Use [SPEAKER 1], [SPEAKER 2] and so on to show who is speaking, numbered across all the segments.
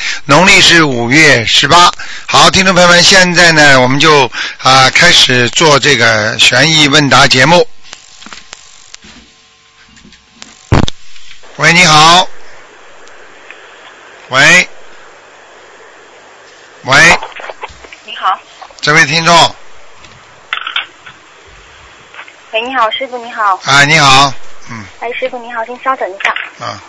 [SPEAKER 1] 农历是五月十八。好，听众朋友们，现在呢我们就啊、开始做这个悬疑问答节目。喂，你好。喂。喂，
[SPEAKER 2] 你好，
[SPEAKER 1] 这位听众
[SPEAKER 2] 喂，你好，师傅你好，
[SPEAKER 1] 啊，你好，嗯
[SPEAKER 2] 哎，师傅你好，您稍等一下，
[SPEAKER 1] 啊，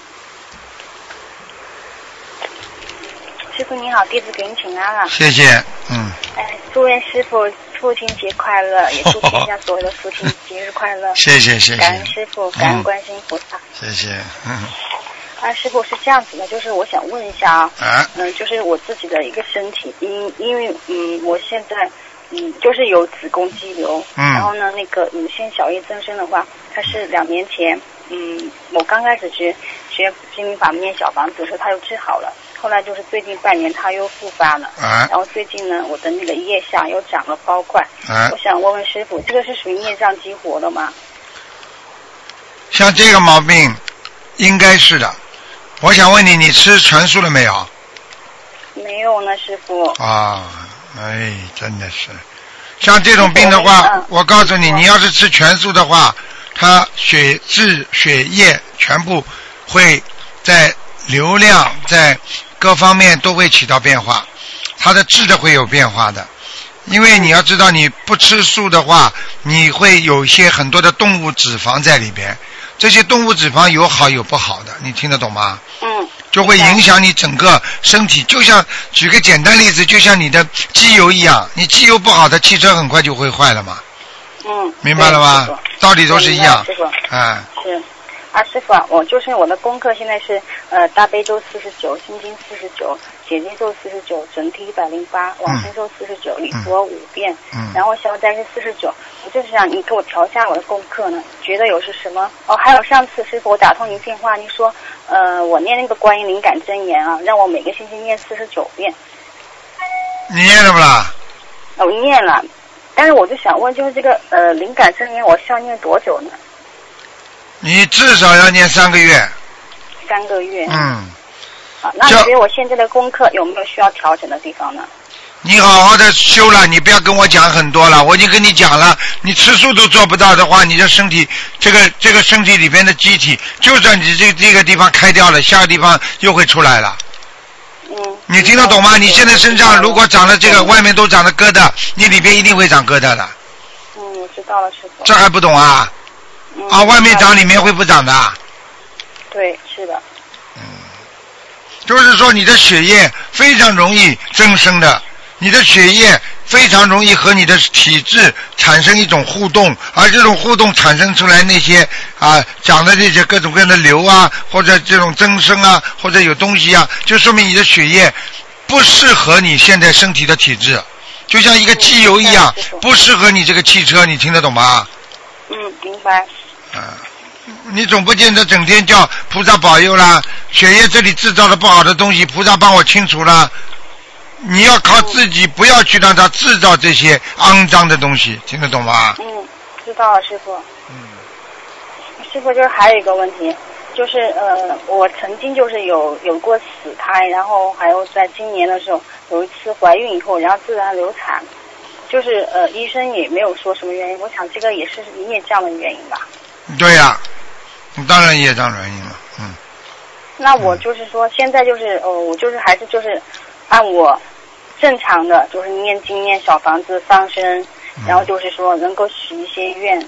[SPEAKER 2] 师傅你好，弟子给您请安了，
[SPEAKER 1] 谢谢，嗯。，
[SPEAKER 2] 哎，祝愿师傅父亲节快乐，也祝天下所有的父亲节日快 乐
[SPEAKER 1] 谢谢谢谢
[SPEAKER 2] 感恩师傅，感
[SPEAKER 1] 嗯
[SPEAKER 2] 恩观世音菩萨。
[SPEAKER 1] 谢谢， 嗯，
[SPEAKER 2] 啊，师傅是这样子的，就是我想问一下啊，
[SPEAKER 1] 啊，
[SPEAKER 2] 嗯、就是我自己的一个身体，因因为嗯，我现在嗯就是有子宫肌瘤，
[SPEAKER 1] 嗯
[SPEAKER 2] 然后呢，那个乳腺小叶增生的话，它是两年前嗯我刚开始学学心灵法门念小房子的时候，它又治好了，后来就是最近半年它又复发了，
[SPEAKER 1] 啊
[SPEAKER 2] 然后最近呢，我的那个腋下又长了包块，
[SPEAKER 1] 啊
[SPEAKER 2] 我，想问问师傅，这个是属于孽障激活的吗？
[SPEAKER 1] 像这个毛病，应该是的。我想问你，你吃全素了没有？
[SPEAKER 2] 没有呢，师傅。
[SPEAKER 1] 啊，哎，真的是，像这种病的话
[SPEAKER 2] 嗯，
[SPEAKER 1] 我告诉你，
[SPEAKER 2] 嗯
[SPEAKER 1] 你要是吃全素的话，它血脂、血液全部会在流量在各方面都会起到变化，它的质的会有变化的。因为你要知道，你不吃素的话，你会有一些很多的动物脂肪在里边，这些动物脂肪有好有不好的，你听得懂吗？
[SPEAKER 2] 嗯
[SPEAKER 1] 就会影响你整个身体。就像举个简单例子，就像你的机油一样，你机油不好的汽车很快就会坏了嘛，
[SPEAKER 2] 嗯。
[SPEAKER 1] 明白了吗
[SPEAKER 2] 对师？
[SPEAKER 1] 道理都是一样
[SPEAKER 2] 我明白了师，
[SPEAKER 1] 啊
[SPEAKER 2] 傅是。啊，师傅啊，我就是我的功课现在是呃大悲咒四十九，心经四十九，解经咒四十九，整体一百零八，往生咒四十九，礼佛五遍，
[SPEAKER 1] 嗯
[SPEAKER 2] 然后消灾是四十九。我就是想你给我调一下我的功课呢，觉得有是什么？哦，还有上次师傅我打通您电话，您说呃我念那个观音灵感真言啊，让我每个星期念四十九遍。哦
[SPEAKER 1] 你念了不啦？
[SPEAKER 2] 我念了，但是我就想问，就是这个呃灵感真言，我需要念多久呢？
[SPEAKER 1] 你至少要念三个月。
[SPEAKER 2] 三个月。
[SPEAKER 1] 嗯，
[SPEAKER 2] 啊，那
[SPEAKER 1] 这
[SPEAKER 2] 你觉得我现在的功课有没有需要调整的地方呢？
[SPEAKER 1] 你好好的修了，你不要跟我讲很多了，我已经跟你讲了，你吃素都做不到的话，你的身体这个这个身体里边的机体，就算你这这个地方开掉了，下个地方又会出来了。
[SPEAKER 2] 嗯。
[SPEAKER 1] 你听得懂吗？你现在身上如果长了这个，
[SPEAKER 2] 嗯
[SPEAKER 1] 外面都长了疙瘩，你里边一定会长疙瘩的。
[SPEAKER 2] 嗯，我知道了，师傅。
[SPEAKER 1] 这还不懂啊？
[SPEAKER 2] 嗯
[SPEAKER 1] 啊，外面长，里面会不长的啊。
[SPEAKER 2] 对，是的，
[SPEAKER 1] 就是说，你的血液非常容易增生的，你的血液非常容易和你的体质产生一种互动，而这种互动产生出来那些啊长的这些各种各样的瘤啊，或者这种增生啊，或者有东西啊，就说明你的血液不适合你现在身体的体质，就像一个机油一样
[SPEAKER 2] 嗯，
[SPEAKER 1] 不适合你这个汽车，你听得懂吗？
[SPEAKER 2] 嗯，明白。
[SPEAKER 1] 啊，你总不见得整天叫菩萨保佑啦，血液这里制造的不好的东西，菩萨帮我清除啦。你要靠自己，不要去让他制造这些肮脏的东西，听得懂吗？
[SPEAKER 2] 嗯，知道了，师傅。
[SPEAKER 1] 嗯，
[SPEAKER 2] 师傅，就是还有一个问题，就是呃，我曾经就是有有过死胎，然后还有在今年的时候有一次怀孕以后，然后自然流产，就是呃，医生也没有说什么原因，我想这个也是孽障的原因吧。
[SPEAKER 1] 对呀、你当然也当原因了，嗯，
[SPEAKER 2] 那我就是说，现在就是呃，我就是还是就是按我正常的，就是念经、念小房子、放生，
[SPEAKER 1] 嗯
[SPEAKER 2] 然后就是说能够许一些愿。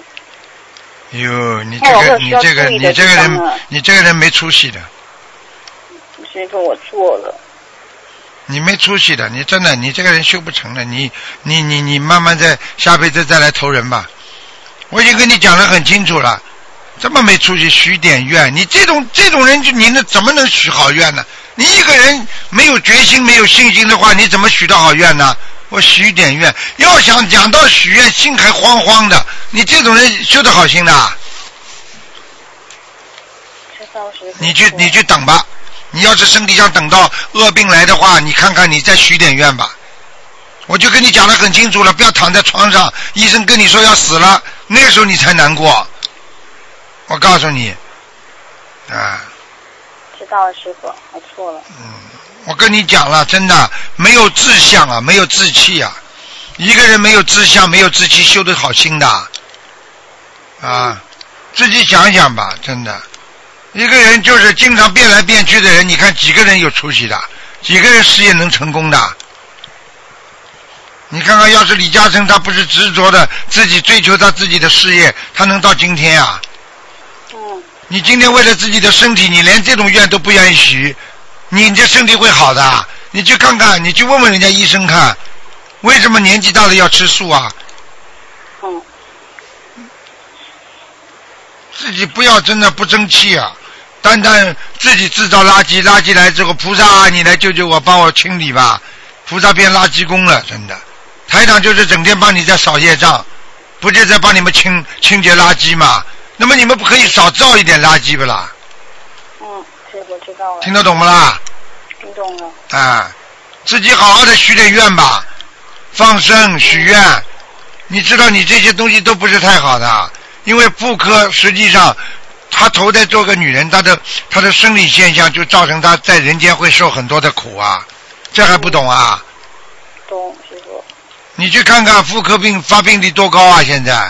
[SPEAKER 1] 哟，哎你这
[SPEAKER 2] 那我
[SPEAKER 1] 个
[SPEAKER 2] 有需
[SPEAKER 1] 你
[SPEAKER 2] 要
[SPEAKER 1] 这个
[SPEAKER 2] 注意
[SPEAKER 1] 你
[SPEAKER 2] 的
[SPEAKER 1] 这个
[SPEAKER 2] 地方啊呢
[SPEAKER 1] 人你这个人没出息的，
[SPEAKER 2] 师傅，我错了。
[SPEAKER 1] 你没出息的，你真的你这个人修不成了，你你你你慢慢在下辈子再来投人吧。我已经跟你讲的很清楚了，这么没出息许点愿，你这种这种人就你那怎么能许好愿呢？你一个人没有决心、没有信心的话，你怎么许得好愿呢？我许点愿，要想讲到许愿，心还慌慌的，你这种人修得好心的啊？
[SPEAKER 2] 知道是。
[SPEAKER 1] 你去你去等吧。你要是身体上等到恶病来的话，你看看你再许点愿吧。我就跟你讲的很清楚了，不要躺在床上，医生跟你说要死了，那个时候你才难过。我告诉你，啊，
[SPEAKER 2] 知道了，师傅，我错了。
[SPEAKER 1] 我跟你讲了，真的没有志向啊，没有志气啊。一个人没有志向，没有志气，修得好心的啊，自己想想吧，真的。一个人就是经常变来变去的人，你看几个人有出息的，几个人事业能成功的？你看看，要是李嘉诚他不是执着的自己追求他自己的事业，他能到今天啊？
[SPEAKER 2] 嗯，
[SPEAKER 1] 你今天为了自己的身体，你连这种愿都不愿意许，你这身体会好的啊？你去看看，你去问问人家医生看，为什么年纪大了要吃素啊？
[SPEAKER 2] 嗯，
[SPEAKER 1] 自己不要真的不争气啊！单单自己制造垃圾，垃圾来之后，菩萨啊，你来救救我，帮我清理吧。菩萨变垃圾工了，真的。台长就是整天帮你在扫业障，不就在帮你们清清洁垃圾嘛？那么你们不可以少造一点垃圾不啦？
[SPEAKER 2] 嗯，师傅知道了，
[SPEAKER 1] 听得懂不啦？
[SPEAKER 2] 听懂了。
[SPEAKER 1] 啊，自己好好的许点愿吧，放生许愿。你知道，你这些东西都不是太好的，因为妇科实际上，她头在做个女人，她的她的生理现象就造成她在人间会受很多的苦啊，这还不懂啊？
[SPEAKER 2] 懂，师傅。
[SPEAKER 1] 你去看看妇科病发病率多高啊！现在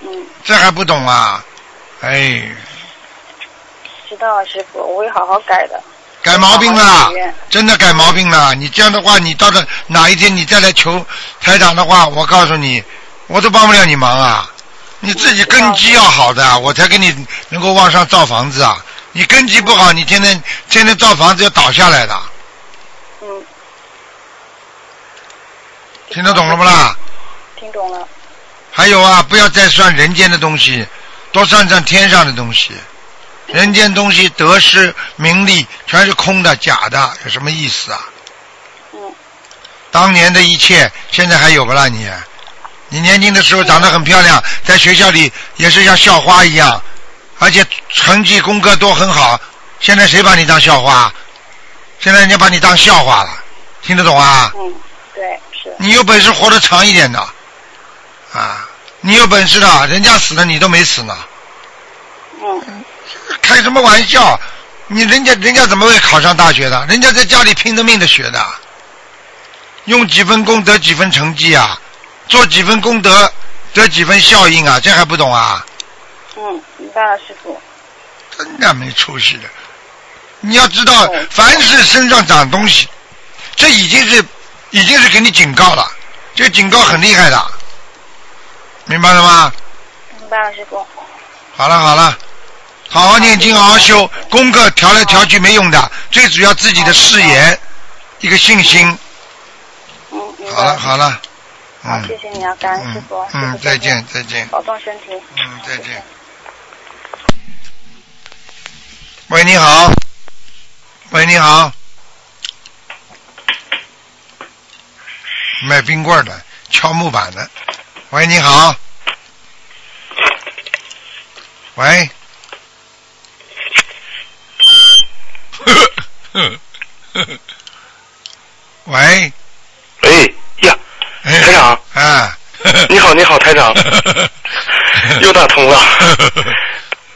[SPEAKER 2] 嗯，
[SPEAKER 1] 这还不懂啊？哎，
[SPEAKER 2] 知道了，师傅，我会好好改的。
[SPEAKER 1] 改毛病啊
[SPEAKER 2] 好
[SPEAKER 1] 了
[SPEAKER 2] 好许愿，
[SPEAKER 1] 真的改毛病了。你这样的话，你到了哪一天你再来求台长的话，我告诉你，我都帮不了你忙啊。你自己根基要好的，我才给你能够往上造房子啊。你根基不好，你天天天天造房子要倒下来的，
[SPEAKER 2] 嗯，
[SPEAKER 1] 听得懂了不啦？
[SPEAKER 2] 听懂了。
[SPEAKER 1] 还有啊，不要再算人间的东西，多算算天上的东西。人间东西得失名利全是空的、假的，有什么意思啊？
[SPEAKER 2] 嗯，
[SPEAKER 1] 当年的一切，现在还有不啦你？你年轻的时候长得很漂亮，在学校里也是像校花一样，而且成绩功课都很好。现在谁把你当校花？现在人家把你当笑话了，听得懂啊？
[SPEAKER 2] 嗯，对，是。
[SPEAKER 1] 你有本事活得长一点的，啊，你有本事的，人家死了你都没死呢，
[SPEAKER 2] 嗯，
[SPEAKER 1] 开什么玩笑？你人家人家怎么会考上大学的？人家在家里拼着命的学的，用几分功得几分成绩啊，做几分功德得几分效应啊，这还不懂啊？
[SPEAKER 2] 嗯，明白了，师傅。
[SPEAKER 1] 真的没出息的。你要知道
[SPEAKER 2] 嗯，
[SPEAKER 1] 凡是身上长东西，这已经是已经是给你警告了，这个警告很厉害的，明白了吗？
[SPEAKER 2] 明白了，师傅。
[SPEAKER 1] 好了好了，好好念经，好好修，功课调来调去没用的，最主要自己的誓言，一个信心。
[SPEAKER 2] 嗯，明
[SPEAKER 1] 好了
[SPEAKER 2] 白了。
[SPEAKER 1] 好了，
[SPEAKER 2] 好，谢
[SPEAKER 1] 嗯
[SPEAKER 2] 谢你啊，感恩师
[SPEAKER 1] 嗯
[SPEAKER 2] 傅。师
[SPEAKER 1] 嗯
[SPEAKER 2] 傅，
[SPEAKER 1] 再见。再见，
[SPEAKER 2] 保重身体。
[SPEAKER 1] 嗯再见。喂你好，喂你好，卖冰棍儿的，敲木板的，喂你好，喂。 喂，
[SPEAKER 3] 哎呀，台长，
[SPEAKER 1] 啊，
[SPEAKER 3] 你好，你好，台 长，又打通了。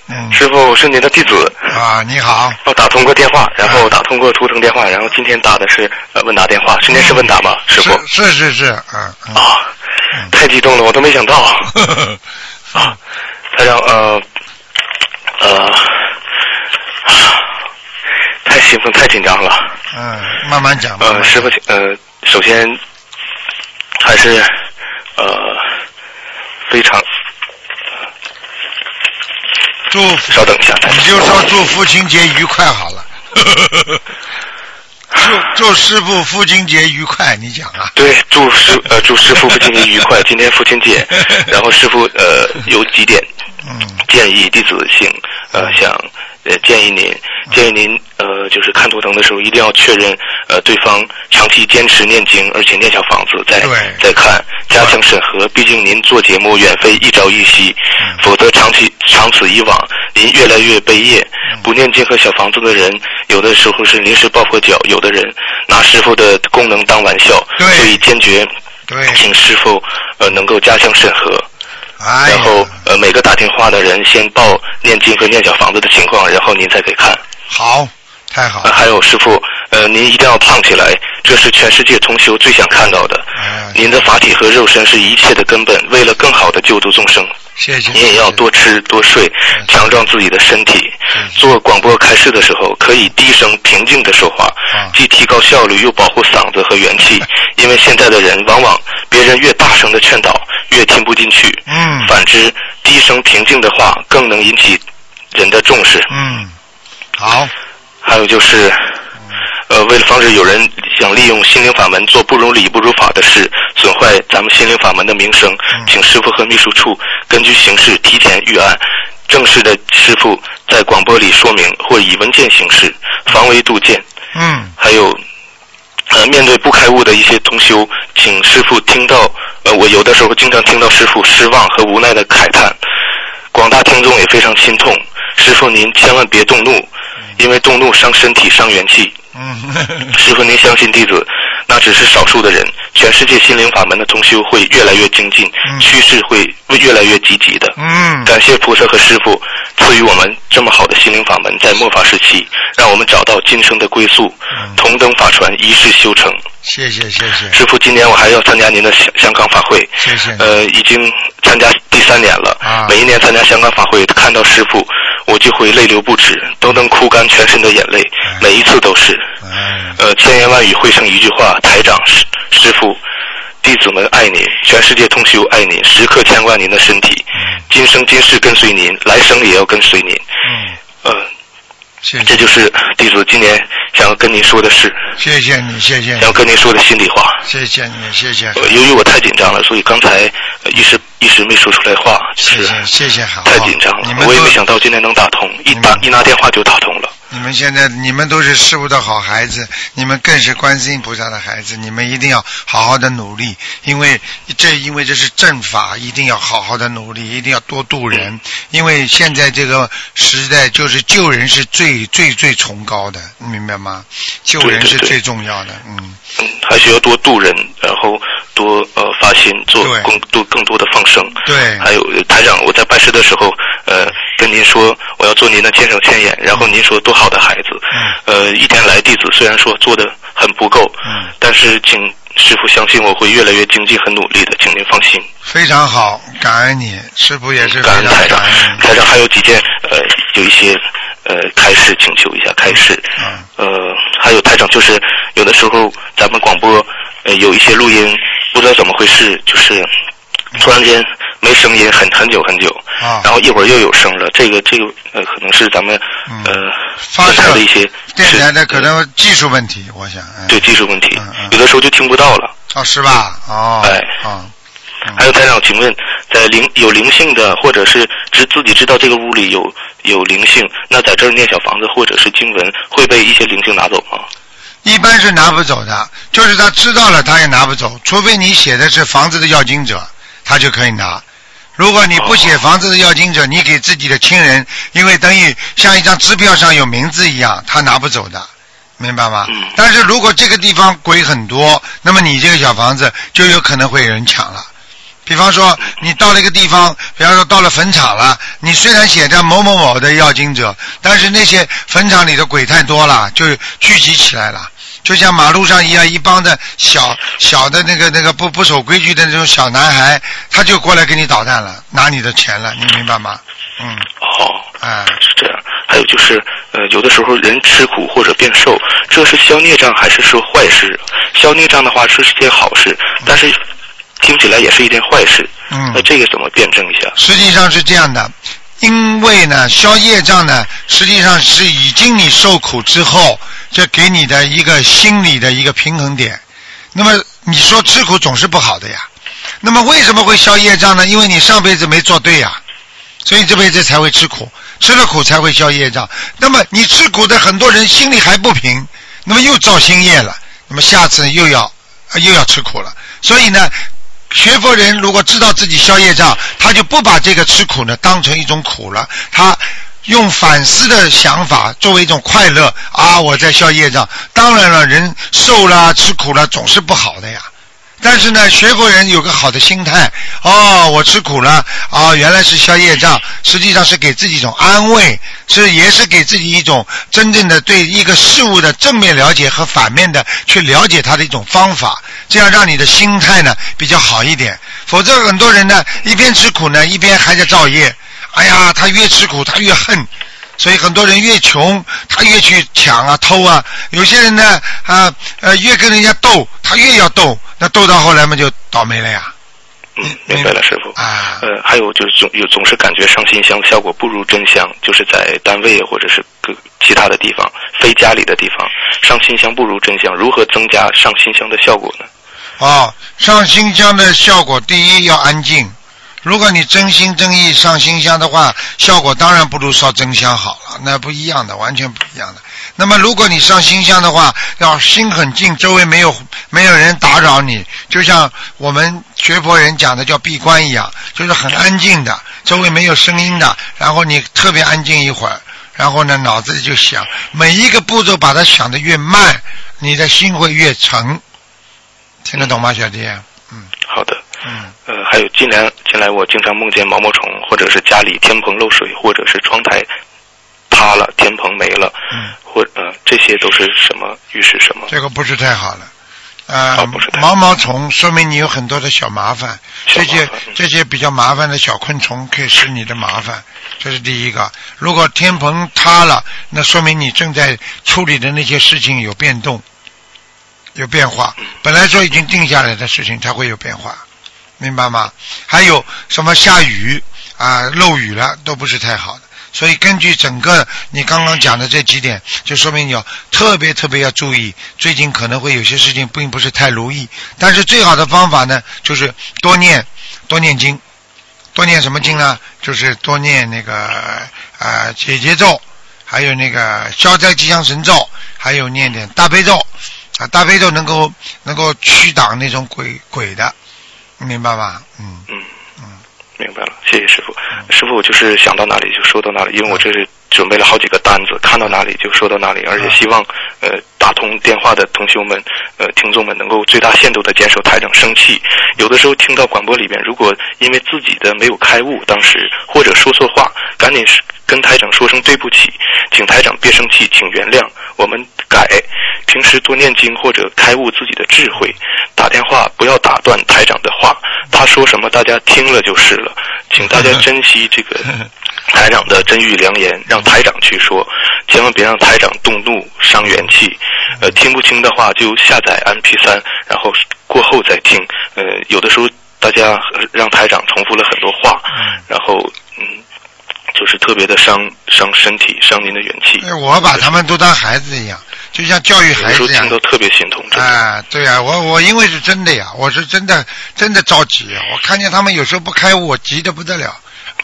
[SPEAKER 1] 嗯，
[SPEAKER 3] 师傅，我是您的弟子，
[SPEAKER 1] 啊，你好，
[SPEAKER 3] 我打通过电话，然
[SPEAKER 1] 啊
[SPEAKER 3] 后打通过图腾电话，然后今天打的是呃问答电话，今天是问答吗？师傅
[SPEAKER 1] 嗯是是是是，嗯嗯
[SPEAKER 3] 啊，太激动了，我都没想到啊，台长，呃呃，太兴奋，太紧张了。
[SPEAKER 1] 嗯，慢慢讲，慢慢讲
[SPEAKER 3] 呃，师傅，呃，首先还是呃非常，
[SPEAKER 1] 祝
[SPEAKER 3] 稍等一下，台
[SPEAKER 1] 你
[SPEAKER 3] 长
[SPEAKER 1] 就说祝父亲节愉快好了。祝祝师傅父亲节愉快，你讲啊。
[SPEAKER 3] 对，祝师呃祝师傅父亲节愉快，今天父亲 节，然后师傅呃有几点
[SPEAKER 1] 嗯
[SPEAKER 3] 建议弟子性呃想呃建议您建议您呃就是看图腾的时候一定要确认呃对方长期坚持念经，而且念小房子再
[SPEAKER 1] 对
[SPEAKER 3] 再看，加强审核。毕竟您做节目远非一朝一夕，
[SPEAKER 1] 嗯
[SPEAKER 3] 否则长期长此以往，您越来越背业。
[SPEAKER 1] 嗯
[SPEAKER 3] 不念经和小房子的人，有的时候是临时抱佛脚，有的人拿师傅的功能当玩笑，
[SPEAKER 1] 对
[SPEAKER 3] 所以坚决
[SPEAKER 1] 对，
[SPEAKER 3] 请师傅呃能够加强审核。
[SPEAKER 1] 哎呀
[SPEAKER 3] 然后呃，每个打电话的人先报念经和念小房子的情况，然后您再给看。
[SPEAKER 1] 哦好，太好
[SPEAKER 3] 呃、
[SPEAKER 1] 了，
[SPEAKER 3] 还有师傅，呃，您一定要胖起来，这是全世界同修最想看到的。
[SPEAKER 1] 哎
[SPEAKER 3] 您的法体和肉身是一切的根本，为了更好的救度众
[SPEAKER 1] 哎
[SPEAKER 3] 生，
[SPEAKER 1] 谢谢。
[SPEAKER 3] 您也要多
[SPEAKER 1] 哎
[SPEAKER 3] 吃多睡，强壮自己的身体。
[SPEAKER 1] 谢谢
[SPEAKER 3] 做广播开示的时候，可以低声平静的说话
[SPEAKER 1] 啊，
[SPEAKER 3] 既提高效率，又保护嗓子和元 气。因为现在的人往往别人越大声的劝导，越听不进去。
[SPEAKER 1] 嗯
[SPEAKER 3] 反之，低声平静的话更能引起人的重视。
[SPEAKER 1] 嗯，好，
[SPEAKER 3] 还有就是，呃，为了防止有人想利用心灵法门做不如理不如法的事，损坏咱们心灵法门的名声，
[SPEAKER 1] 嗯
[SPEAKER 3] 请师傅和秘书处根据形势提前预案，正式的师傅在广播里说明或以文件形式，防微杜渐。
[SPEAKER 1] 嗯
[SPEAKER 3] 还有，呃，面对不开悟的一些同修，请师傅听到，呃，我有的时候经常听到师傅失望和无奈的慨叹，广大听众也非常心痛。师傅您千万别动怒，因为动怒伤身体、伤元气。
[SPEAKER 1] 嗯，
[SPEAKER 3] 师傅您相信弟子，那只是少数的人，全世界心灵法门的同修会越来越精进
[SPEAKER 1] 嗯，
[SPEAKER 3] 趋势会会越来越积极的。
[SPEAKER 1] 嗯，
[SPEAKER 3] 感谢菩萨和师傅赐予我们这么好的心灵法门，在末法时期，让我们找到今生的归宿
[SPEAKER 1] 嗯，
[SPEAKER 3] 同登法船，一世修成。
[SPEAKER 1] 谢谢谢谢
[SPEAKER 3] 师傅，今年我还要参加您的香香港法会，
[SPEAKER 1] 谢谢你，
[SPEAKER 3] 呃，已经参加第三年了。
[SPEAKER 1] 嗯啊
[SPEAKER 3] 每一年参加香港法会，看到师傅，我就会泪流不止，都能哭干全身的眼泪，
[SPEAKER 1] 嗯
[SPEAKER 3] 每一次都是。
[SPEAKER 1] 哎，
[SPEAKER 3] 呃，千言万语汇成一句话：台长师师傅，弟子们爱您，全世界同修爱您，时刻牵挂您的身体，今生今世跟随您，来生也要跟随您。
[SPEAKER 1] 嗯，
[SPEAKER 3] 呃，
[SPEAKER 1] 谢
[SPEAKER 3] 这
[SPEAKER 1] 谢
[SPEAKER 3] 就是弟子今年想要跟您说的事，
[SPEAKER 1] 谢谢你谢谢
[SPEAKER 3] 想
[SPEAKER 1] 你
[SPEAKER 3] 要跟您说的心里话。
[SPEAKER 1] 谢谢你谢谢
[SPEAKER 3] 呃，由于我太紧张了，所以刚才、呃一时一时没说出来话，
[SPEAKER 1] 谢
[SPEAKER 3] 是啊
[SPEAKER 1] 谢谢谢好，
[SPEAKER 3] 太紧张
[SPEAKER 1] 你
[SPEAKER 3] 了。
[SPEAKER 1] 们
[SPEAKER 3] 我也
[SPEAKER 1] 都
[SPEAKER 3] 没想到今天能打通，一打一拿电话就打通了。
[SPEAKER 1] 你们现在你们都是师傅的好孩子，你们更是观世音菩萨的孩子，你们一定要好好的努力，因为这因为这是正法，一定要好好的努力，一定要多度
[SPEAKER 3] 嗯
[SPEAKER 1] 人，因为现在这个时代就是救人是最最最崇高的，你明白吗？救人是
[SPEAKER 3] 对对对
[SPEAKER 1] 最重要的，嗯，
[SPEAKER 3] 嗯，还需要多度人，然后多呃发心做
[SPEAKER 1] 对
[SPEAKER 3] 更多更多的放生。
[SPEAKER 1] 对，
[SPEAKER 3] 还有呃台长，我在拜师的时候，呃，跟您说我要做您的千手千眼，然后您说多好的孩子，呃，一天来弟子虽然说做的很不够，
[SPEAKER 1] 嗯
[SPEAKER 3] 但是请师傅相信我会越来越精进很努力的，请您放心。
[SPEAKER 1] 非常好，感恩你，师傅也是非
[SPEAKER 3] 感
[SPEAKER 1] 常嗯
[SPEAKER 3] 恩
[SPEAKER 1] 感
[SPEAKER 3] 台长
[SPEAKER 1] 恩，你，
[SPEAKER 3] 台长还有几件呃，有一些呃开示，请求一下开示。
[SPEAKER 1] 嗯
[SPEAKER 3] 呃，还有台长，就是有的时候咱们广播呃有一些录音，不知道怎么回事，就是突然间没声音很很久很久，
[SPEAKER 1] 啊
[SPEAKER 3] 然后一会儿又有声了。这个这个呃，可能是咱们
[SPEAKER 1] 嗯
[SPEAKER 3] 呃
[SPEAKER 1] 发嗯
[SPEAKER 3] 电台
[SPEAKER 1] 射
[SPEAKER 3] 的一些
[SPEAKER 1] 电台的
[SPEAKER 3] 是
[SPEAKER 1] 可能技术问题，我想，嗯
[SPEAKER 3] 对，技术问题
[SPEAKER 1] 嗯嗯，
[SPEAKER 3] 有的时候就听不到了。
[SPEAKER 1] 哦是吧？哦，
[SPEAKER 3] 哎
[SPEAKER 1] 哦，嗯
[SPEAKER 3] 还有台长，请问，在灵有灵性的，或者是知自己知道这个屋里有有灵性，那在这儿念小房子或者是经文，会被一些灵性拿走吗？
[SPEAKER 1] 一般是拿不走的，就是他知道了他也拿不走，除非你写的是房子的要经者，他就可以拿。如果你不写房子的要经者，你给自己的亲人，因为等于像一张支票上有名字一样，他拿不走的，明白吗
[SPEAKER 3] 嗯？
[SPEAKER 1] 但是如果这个地方鬼很多，那么你这个小房子就有可能会有人抢了。比方说，你到了一个地方，比方说到了坟场了，你虽然写着某某某的要经者，但是那些坟场里的鬼太多了，就聚集起来了，就像马路上一样，一帮的小小的那个那个不不守规矩的那种小男孩，他就过来给你捣蛋了，拿你的钱了，你明白吗？嗯，
[SPEAKER 3] 哦，
[SPEAKER 1] 哎，
[SPEAKER 3] 是这样。还有就是，呃，有的时候人吃苦或者变瘦，这是消孽障还是说坏事？消孽障的话是一件好事，但是听起来也是一件坏事。
[SPEAKER 1] 嗯
[SPEAKER 3] 那这个怎么辩证一下？
[SPEAKER 1] 实际上是这样的，因为呢，消业障呢，实际上是已经你受苦之后，这给你的一个心理的一个平衡点。那么你说吃苦总是不好的呀，那么为什么会消业障呢？因为你上辈子没做对呀、所以这辈子才会吃苦，吃了苦才会消业障。那么你吃苦的很多人心里还不平，那么又造新业了，那么下次又要、呃又要吃苦了。所以呢，学佛人如果知道自己消业障，他就不把这个吃苦呢当成一种苦了，他用反思的想法作为一种快乐啊，我在消业障。当然了，人瘦啦、吃苦啦，总是不好的呀。但是呢，学佛人有个好的心态，哦，我吃苦了，哦，原来是消业障，实际上是给自己一种安慰，是也是给自己一种真正的对一个事物的正面了解和反面的去了解它的一种方法，这样让你的心态呢比较好一点。否则很多人呢，一边吃苦呢，一边还在造业，哎呀，他越吃苦他越恨，所以很多人越穷，他越去抢啊、偷啊；有些人呢，啊呃，越跟人家斗，他越要斗，那斗到后来嘛就倒霉了呀。
[SPEAKER 3] 嗯，明白了，师傅。
[SPEAKER 1] 啊，
[SPEAKER 3] 呃，还有就是总有总是感觉上新香效果不如真香，就是在单位或者是各其他的地方，非家里的地方，上新香不如真香。如何增加上新香的效果呢？
[SPEAKER 1] 哦，上新香的效果，第一要安静。如果你真心真意上新香的话，效果当然不如烧真香好了，那不一样的，完全不一样的。那么如果你上新香的话，要心很静，周围没有没有人打扰你，就像我们学佛人讲的叫闭关一样，就是很安静的，周围没有声音的，然后你特别安静一会儿，然后呢脑子里就想每一个步骤，把它想得越慢，你的心会越沉。听得懂吗，小弟？嗯
[SPEAKER 3] 好的，
[SPEAKER 1] 嗯，
[SPEAKER 3] 呃，还有近来近来我经常梦见毛毛虫，或者是家里天棚漏水，或者是窗台塌了，天棚没了，
[SPEAKER 1] 嗯
[SPEAKER 3] 或呃这些都是什么预示什么？
[SPEAKER 1] 这个不是太好了。啊、
[SPEAKER 3] 啊不是太好
[SPEAKER 1] 毛毛虫说明你有很多的小麻烦，
[SPEAKER 3] 小
[SPEAKER 1] 这
[SPEAKER 3] 麻
[SPEAKER 1] 些
[SPEAKER 3] 烦嗯
[SPEAKER 1] 这些比较麻烦的小昆虫可以使你的麻烦，这是第一个。如果天棚塌了，那说明你正在处理的那些事情有变动，有变化。
[SPEAKER 3] 嗯
[SPEAKER 1] 本来说已经定下来的事情，它会有变化，明白吗？还有什么下雨啊、漏雨了，都不是太好的。所以根据整个你刚刚讲的这几点，就说明你要特别特别要注意，最近可能会有些事情并不是太如意。但是最好的方法呢，就是多念多念经，多念什么经呢？就是多念那个啊解结咒，还有那个消灾吉祥神咒，还有念点大悲咒。啊，大悲咒能够能够驱挡那种鬼鬼的，明白吧？嗯，
[SPEAKER 3] 嗯
[SPEAKER 1] 嗯，
[SPEAKER 3] 明白了，谢谢师傅。师傅，我就是想到哪里就说到哪里，因为我这是准备了好几个单子，看到哪里就说到哪里，而且希望呃打通电话的同学们、呃听众们能够最大限度的减少台长生气。有的时候听到广播里边，如果因为自己的没有开悟，当时或者说错话，赶紧是跟台长说声对不起，请台长别生气，请原谅，我们改。平时多念经或者开悟自己的智慧，打电话不要打断台长的话，他说什么大家听了就是了，请大家珍惜这个台长的真语良言，让台长去说，千万别让台长动怒伤元气。呃，听不清的话就下载 MP 三，然后过后再听。呃，有的时候大家呃让台长重复了很多话，然后嗯，就是特别的伤伤身体，伤您的元气。
[SPEAKER 1] 哎我把他们都当孩子一样，就像教育
[SPEAKER 3] 有
[SPEAKER 1] 嗯孩
[SPEAKER 3] 时候
[SPEAKER 1] 子一样
[SPEAKER 3] 听。都特别心痛，真的。
[SPEAKER 1] 啊，对呀、我我因为是真的呀，我是真的真的着急，啊我看见他们有时候不开悟，我急得不得了。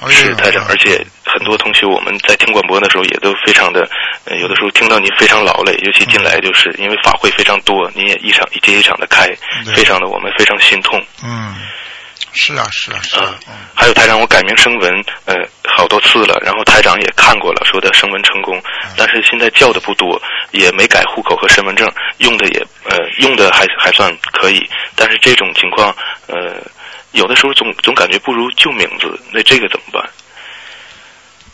[SPEAKER 1] 哎呦
[SPEAKER 3] 是台长，而且很多同学我们在听广播的时候也都非常的，呃
[SPEAKER 1] 嗯
[SPEAKER 3] 有的时候听到您非常劳累，尤其近来就是因为法会非常多，您也一场一接一场的开，
[SPEAKER 1] 对
[SPEAKER 3] 非常的我们非常心痛。
[SPEAKER 1] 嗯，是啊是啊是
[SPEAKER 3] 啊
[SPEAKER 1] 啊，嗯，
[SPEAKER 3] 还有台长，我改名声文，呃，好多次了，然后台长也看过了，说的声纹成功，
[SPEAKER 1] 嗯
[SPEAKER 3] 但是现在叫的不多，也没改户口和身份证，用的也呃用的还还算可以，但是这种情况，呃，有的时候总总感觉不如旧名字，那这个怎么办？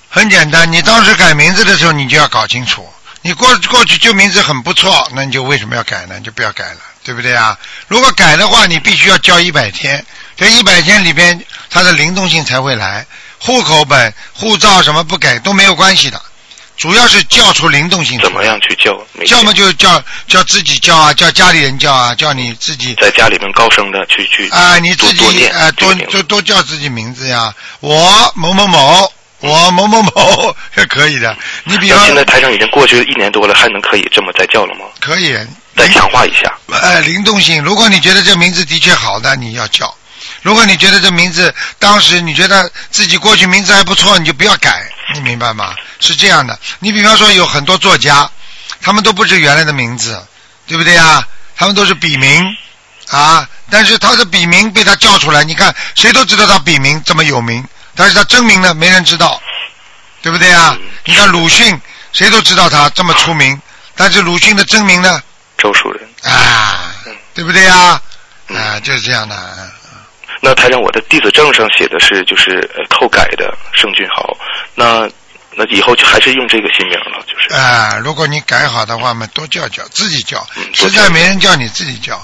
[SPEAKER 1] 很简单，你当时改名字的时候，你就要搞清楚。你过过去旧名字很不错，那你就为什么要改呢？你就不要改了，对不对啊？如果改的话，你必须要交一百天，这一百天里边，它的灵动性才会来。户口本、护照什么不改都没有关系的，主要是叫出灵动性出来
[SPEAKER 3] 怎么样去叫？每
[SPEAKER 1] 嗯
[SPEAKER 3] 天
[SPEAKER 1] 叫嘛就叫叫自己叫啊，叫家里人叫啊，叫你自己
[SPEAKER 3] 在家里面高声的去去
[SPEAKER 1] 啊、你自
[SPEAKER 3] 多多
[SPEAKER 1] 己
[SPEAKER 3] 念
[SPEAKER 1] 啊、
[SPEAKER 3] 这
[SPEAKER 1] 多
[SPEAKER 3] 个名字
[SPEAKER 1] 多多叫自己名字呀。我某某某我某某某 也可以的。你比
[SPEAKER 3] 那
[SPEAKER 1] 方
[SPEAKER 3] 现在台上已经过去一年多了，还能可以这么再叫了吗？
[SPEAKER 1] 可以，
[SPEAKER 3] 再强化一下。
[SPEAKER 1] 呃，灵动性。如果你觉得这名字的确好，那你要叫；如果你觉得这名字当时你觉得自己过去名字还不错，你就不要改，你明白吗？是这样的。 你比方说有很多作家，他们都不是原来的名字，对不对呀？他们都是笔名啊，但是他的笔名被他叫出来，你看谁都知道他笔名这么有名，但是他真名呢，没人知道，对不对
[SPEAKER 3] 嗯
[SPEAKER 1] 呀？你看鲁迅，谁都知道他这么出名，但是鲁迅的真名呢？
[SPEAKER 3] 周主任，
[SPEAKER 1] 啊
[SPEAKER 3] 嗯，
[SPEAKER 1] 对不对呀？
[SPEAKER 3] 嗯
[SPEAKER 1] 啊，就是这样的。啊
[SPEAKER 3] 那台长，我的弟子证上写的是就是呃透改的盛俊豪，那那以后就还是用这个新名了，就是。
[SPEAKER 1] 啊，如果你改好的话嘛，多叫叫，自己叫，
[SPEAKER 3] 嗯
[SPEAKER 1] 实
[SPEAKER 3] 多叫
[SPEAKER 1] 在没人叫你自己叫。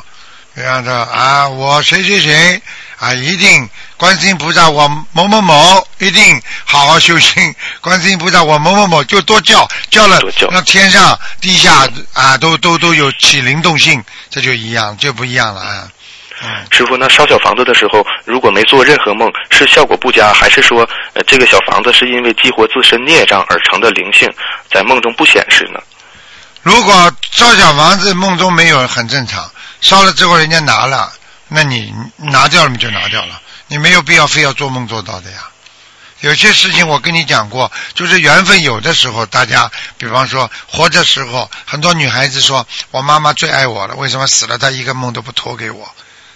[SPEAKER 1] 比方说啊，我谁谁谁啊，一定观世音菩萨，我某某某一定好好修行。 观世音菩萨，我某某某就多叫叫了
[SPEAKER 3] 多叫，
[SPEAKER 1] 让天上地下啊都都都有起灵动性，这就一样，就不一样了啊。嗯，
[SPEAKER 3] 师傅，那烧小房子的时候，如果没做任何梦，是效果不佳，还是说，呃，这个小房子是因为激活自身孽障而成的灵性，在梦中不显示呢？
[SPEAKER 1] 如果烧小房子梦中没有很正常，烧了之后人家拿了，那你拿掉了就拿掉了，你没有必要非要做梦做到的呀。有些事情我跟你讲过，就是缘分有的时候，大家比方说活着时候，很多女孩子说我妈妈最爱我了，为什么死了她一个梦都不托给我，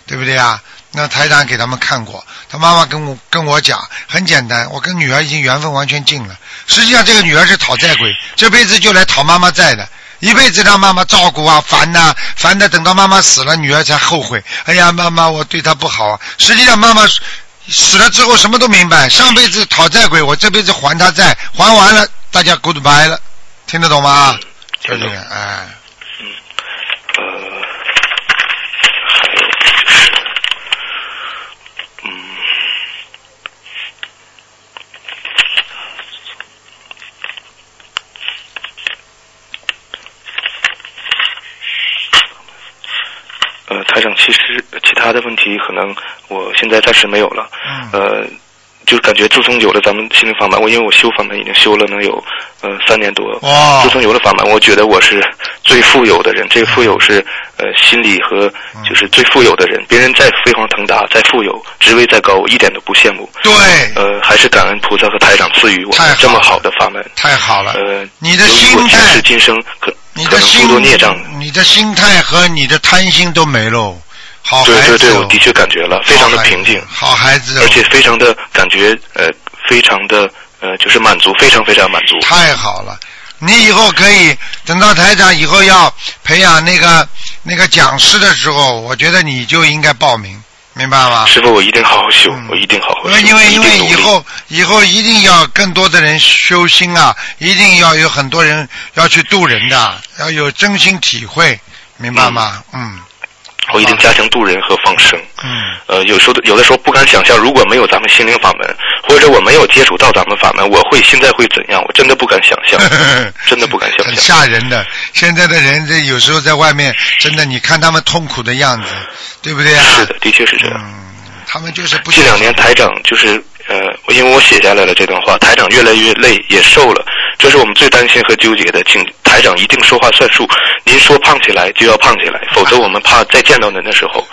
[SPEAKER 1] 对不对啊？那台长给他们看过，他妈妈跟我跟我讲，很简单，我跟女儿已经缘分完全尽了。实际上这个女儿是讨债鬼，这辈子就来讨妈妈债的。一辈子让妈妈照顾啊，烦呐、烦的，等到妈妈死了，女儿才后悔。哎呀，妈妈，我对她不好啊。实际上，妈妈死了之后什么都明白，上辈子讨债鬼，我这辈子还她债，还完了，大家 goodbye 了，听得懂吗？就
[SPEAKER 3] 听
[SPEAKER 1] 这
[SPEAKER 3] 懂
[SPEAKER 1] 个，哎，
[SPEAKER 3] 呃，还有就是，嗯，呃，台长，其实其他的问题可能我现在暂时没有了。
[SPEAKER 1] 嗯
[SPEAKER 3] 呃，就是感觉自从有了咱们心灵法门，我因为我修法门已经修了能有呃三年多。
[SPEAKER 1] 哇
[SPEAKER 3] 自从有了法门，我觉得我是最富有的人。这个富有是呃心理和
[SPEAKER 1] 嗯
[SPEAKER 3] 就是最富有的人。别人再飞黄腾达，再富有，职位再高，我一点都不羡慕。
[SPEAKER 1] 对，
[SPEAKER 3] 呃，还是感恩菩萨和台长赐予我
[SPEAKER 1] 嗯太好了
[SPEAKER 3] 这么好的法门。
[SPEAKER 1] 太好了，
[SPEAKER 3] 呃，
[SPEAKER 1] 你的
[SPEAKER 3] 由于
[SPEAKER 1] 心
[SPEAKER 3] 我前
[SPEAKER 1] 态
[SPEAKER 3] 世，今生可
[SPEAKER 1] 你
[SPEAKER 3] 可
[SPEAKER 1] 的
[SPEAKER 3] 能诸多
[SPEAKER 1] 心
[SPEAKER 3] 孽障。，
[SPEAKER 1] 你的心态和你的贪心都没喽。好孩子
[SPEAKER 3] 对
[SPEAKER 1] 哦、
[SPEAKER 3] 对对，我的确感觉了，非常的
[SPEAKER 1] 好孩子
[SPEAKER 3] 平静。
[SPEAKER 1] 好孩子哦、
[SPEAKER 3] 而且非常的感觉，呃，非常的呃，就是满足，非常非常满足。
[SPEAKER 1] 太好了，你以后可以等到台长以后要培养那个那个讲师的时候，我觉得你就应该报名，明白吗？
[SPEAKER 3] 师傅，我一定好好修，
[SPEAKER 1] 嗯
[SPEAKER 3] 我一定好好
[SPEAKER 1] 因
[SPEAKER 3] 修，
[SPEAKER 1] 为因为因
[SPEAKER 3] 我一
[SPEAKER 1] 为
[SPEAKER 3] 定努
[SPEAKER 1] 以
[SPEAKER 3] 力
[SPEAKER 1] 后以后一定要更多的人修心啊，一定要有很多人要去度人的，要有真心体会，明白吗？嗯
[SPEAKER 3] 我一定加强度人和放生。
[SPEAKER 1] 嗯，，
[SPEAKER 3] 呃，有时候有的时候不敢想象，如果没有咱们心灵法门，或者我没有接触到咱们法门，我会现在会怎样？我真的不敢想象 真的不敢想
[SPEAKER 1] 很
[SPEAKER 3] 象。
[SPEAKER 1] 吓人的。现在的人这有时候在外面，真的你看他们痛苦的样子，对不对啊？
[SPEAKER 3] 是的，的确是这样。
[SPEAKER 1] 嗯，他们就是不
[SPEAKER 3] 近两
[SPEAKER 1] 想
[SPEAKER 3] 年台长就是呃，因为我写下来了这段话，台长越来越累也瘦了，这是我们最担心和纠结的。请台长一定说话算数，您说胖起来就要胖起来，否则我们怕再见到您的时候，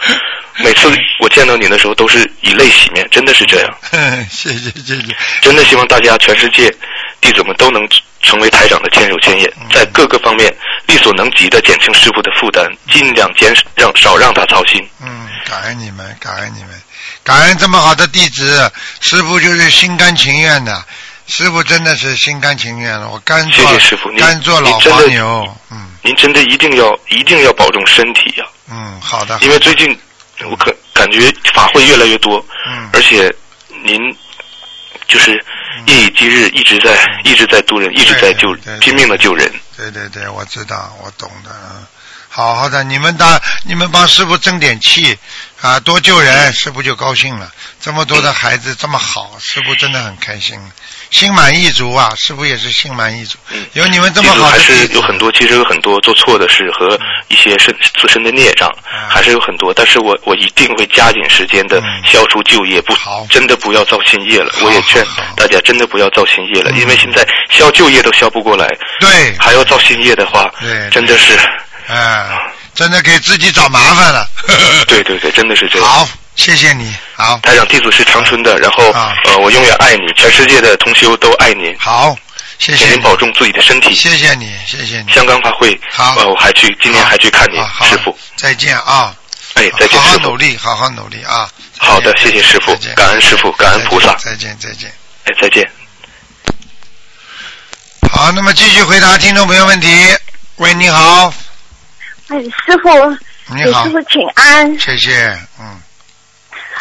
[SPEAKER 3] 每 次我见到您的时候都是以泪洗面，真的是这样。
[SPEAKER 1] 谢谢谢谢，
[SPEAKER 3] 真的希望大家全世界弟子们都能成为台长的千手千眼
[SPEAKER 1] 嗯，
[SPEAKER 3] 在各个方面力所能及的减轻师傅的负担，尽量减让少让他操心。
[SPEAKER 1] 嗯，感恩你们，感恩你们，感恩这么好的弟子，师傅就是心甘情愿的，师傅真的是心甘情愿了，我甘做
[SPEAKER 3] 谢谢师父你
[SPEAKER 1] 甘嗯做老
[SPEAKER 3] 你真的
[SPEAKER 1] 黄牛，嗯
[SPEAKER 3] 您真的一定要一定要保重身体呀、
[SPEAKER 1] 嗯，好的，
[SPEAKER 3] 因为最近我可感觉法会越来越多，
[SPEAKER 1] 嗯
[SPEAKER 3] 而且您就是夜以继日一直在一直在度人，一直在救
[SPEAKER 1] 嗯对对对
[SPEAKER 3] 拼命的救人。
[SPEAKER 1] 对对对，我知道，我懂的，嗯好好的，你们打，你们帮师傅争点气，啊，多救人，师傅就高兴了。这么多的孩
[SPEAKER 3] 嗯
[SPEAKER 1] 子这么好，师傅真的很开心，心满意足啊！师傅也是心满意足，有你们这
[SPEAKER 3] 其
[SPEAKER 1] 么
[SPEAKER 3] 实
[SPEAKER 1] 好
[SPEAKER 3] 嗯还
[SPEAKER 1] 的
[SPEAKER 3] 是
[SPEAKER 1] 弟子
[SPEAKER 3] 有很多，其实有很多做错的事和一些身自身的孽障，
[SPEAKER 1] 啊
[SPEAKER 3] 还是有很多。但是我我一定会加紧时间的
[SPEAKER 1] 嗯
[SPEAKER 3] 消除旧业，不
[SPEAKER 1] 好
[SPEAKER 3] 真的不要造新业了。
[SPEAKER 1] 好
[SPEAKER 3] 我也劝
[SPEAKER 1] 好好
[SPEAKER 3] 大家真的不要造新业了，
[SPEAKER 1] 嗯
[SPEAKER 3] 因为现在消旧业都消不过来，
[SPEAKER 1] 对，
[SPEAKER 3] 还要造新业的话
[SPEAKER 1] 对，
[SPEAKER 3] 真的是，
[SPEAKER 1] 啊，真的给自己找麻烦了。
[SPEAKER 3] 对对对，真的是这样。
[SPEAKER 1] 好，谢谢你，好，
[SPEAKER 3] 台长弟子是长春的，然后
[SPEAKER 1] 啊
[SPEAKER 3] 呃，我永远爱你，全世界的同修都爱您，
[SPEAKER 1] 好，谢
[SPEAKER 3] 请
[SPEAKER 1] 谢
[SPEAKER 3] 您
[SPEAKER 1] 你，
[SPEAKER 3] 保重自己的身体。
[SPEAKER 1] 谢谢你，谢谢你，
[SPEAKER 3] 香港法会，
[SPEAKER 1] 好
[SPEAKER 3] 呃，我还去，今年
[SPEAKER 1] 好
[SPEAKER 3] 还去看您
[SPEAKER 1] 啊好
[SPEAKER 3] 师傅，
[SPEAKER 1] 再见啊，
[SPEAKER 3] 哎，再见
[SPEAKER 1] 好好
[SPEAKER 3] 师
[SPEAKER 1] 努
[SPEAKER 3] 傅，
[SPEAKER 1] 力，好好努力啊。再见
[SPEAKER 3] 好的，谢谢师傅
[SPEAKER 1] 再见，
[SPEAKER 3] 感恩师傅，感恩菩萨，
[SPEAKER 1] 再见，再见。
[SPEAKER 3] 哎，再见。
[SPEAKER 1] 好，那么继续回答听众朋友问题。喂，你好，
[SPEAKER 4] 哎，师傅，
[SPEAKER 1] 你
[SPEAKER 4] 给
[SPEAKER 1] 好
[SPEAKER 4] 哎师，傅请安。
[SPEAKER 1] 谢谢，嗯，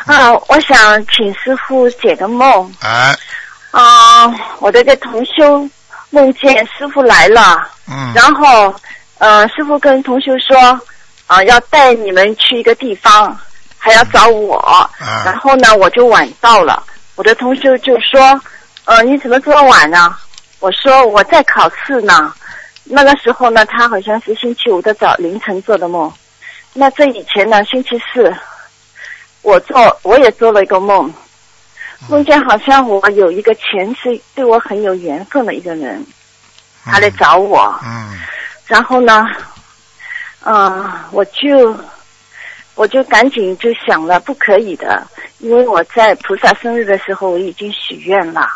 [SPEAKER 4] 啊，我想请师傅解个梦。
[SPEAKER 1] 哎，
[SPEAKER 4] 啊，我的个同修梦见师傅来了，
[SPEAKER 1] 嗯，
[SPEAKER 4] 然后，呃，师傅跟同修说，啊、要带你们去一个地方，还要找我。
[SPEAKER 1] 啊
[SPEAKER 4] 然后呢，我就晚到了。我的同修就说，呃，你怎么这么晚呢？我说我在考试呢。那个时候呢，他好像是星期五的早凌晨做的梦。那这以前呢，星期四，我做我也做了一个梦，
[SPEAKER 1] 嗯
[SPEAKER 4] 梦见好像我有一个前世对我很有缘分的一个人，他来找我。
[SPEAKER 1] 嗯，
[SPEAKER 4] 然后呢，嗯、我就我就赶紧就想了，不可以的，因为我在菩萨生日的时候我已经许愿了，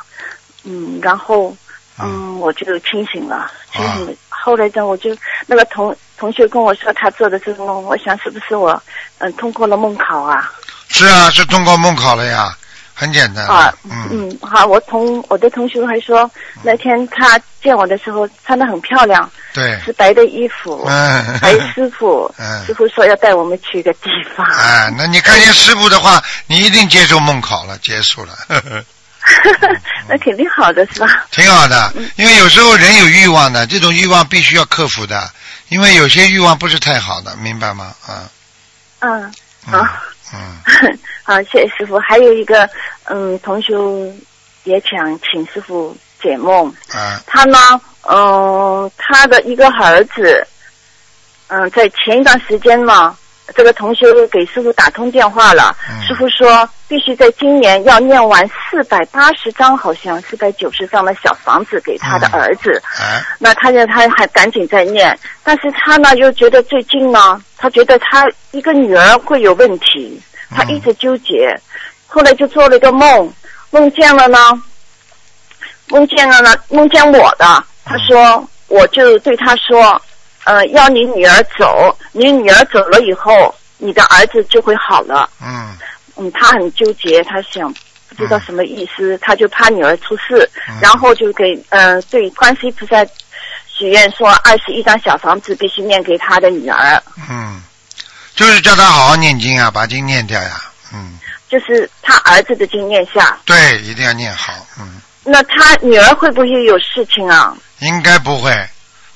[SPEAKER 4] 嗯，然后
[SPEAKER 1] 啊
[SPEAKER 4] 嗯，我就清醒了，清醒了。后来呢，我就那个同同学跟我说他做的这个梦，我想是不是我嗯通过了梦考啊？
[SPEAKER 1] 是啊，是通过梦考了呀，很简单的
[SPEAKER 4] 啊，
[SPEAKER 1] 嗯，
[SPEAKER 4] 嗯，好，我同我的同学还说那天他见我的时候穿的很漂亮，
[SPEAKER 1] 对，
[SPEAKER 4] 是白的衣服，
[SPEAKER 1] 嗯，
[SPEAKER 4] 哎，师傅，
[SPEAKER 1] 嗯
[SPEAKER 4] 师傅说要带我们去一个地方。
[SPEAKER 1] 哎，那你看见师傅的话，你一定接受梦考了，结束了， 呵呵
[SPEAKER 4] 那肯定好的是吧？
[SPEAKER 1] 挺好的。
[SPEAKER 4] 嗯
[SPEAKER 1] 因为有时候人有欲望的，这种欲望必须要克服的，因为有些欲望不是太好的，明白吗？啊，
[SPEAKER 4] 嗯，好
[SPEAKER 1] 嗯，嗯，
[SPEAKER 4] 好，谢谢师傅。还有一个，嗯，同学也想请师傅解梦。
[SPEAKER 1] 啊，
[SPEAKER 4] 他呢，嗯、他的一个儿子，嗯、在前一段时间呢，这个同学给师傅打通电话了，
[SPEAKER 1] 嗯
[SPEAKER 4] 师傅说必须在今年要念完四百八十张，好像四百九十张的小房子给他的
[SPEAKER 1] 嗯
[SPEAKER 4] 儿子。
[SPEAKER 1] 哎，
[SPEAKER 4] 那他就他还赶紧在念，但是他呢又觉得最近呢，他觉得他一个女儿会有问题，他一直纠结。后来就做了一个梦，梦见了呢，梦见了呢，梦见我的。他说，我就对他说，呃，要你女儿走，你女儿走了以后，你的儿子就会好了。
[SPEAKER 1] 嗯，
[SPEAKER 4] 嗯，他很纠结，他想不知道什么意思，他就怕女儿出事，
[SPEAKER 1] 嗯
[SPEAKER 4] 然后就给呃对观世音菩萨许愿说二十一张小房子必须念给他的女儿，
[SPEAKER 1] 嗯，就是叫他好好念经啊，把经念掉呀，嗯，
[SPEAKER 4] 就是他儿子的经念下，
[SPEAKER 1] 对，一定要念好，嗯，
[SPEAKER 4] 那他女儿会不会有事情啊？
[SPEAKER 1] 应该不会，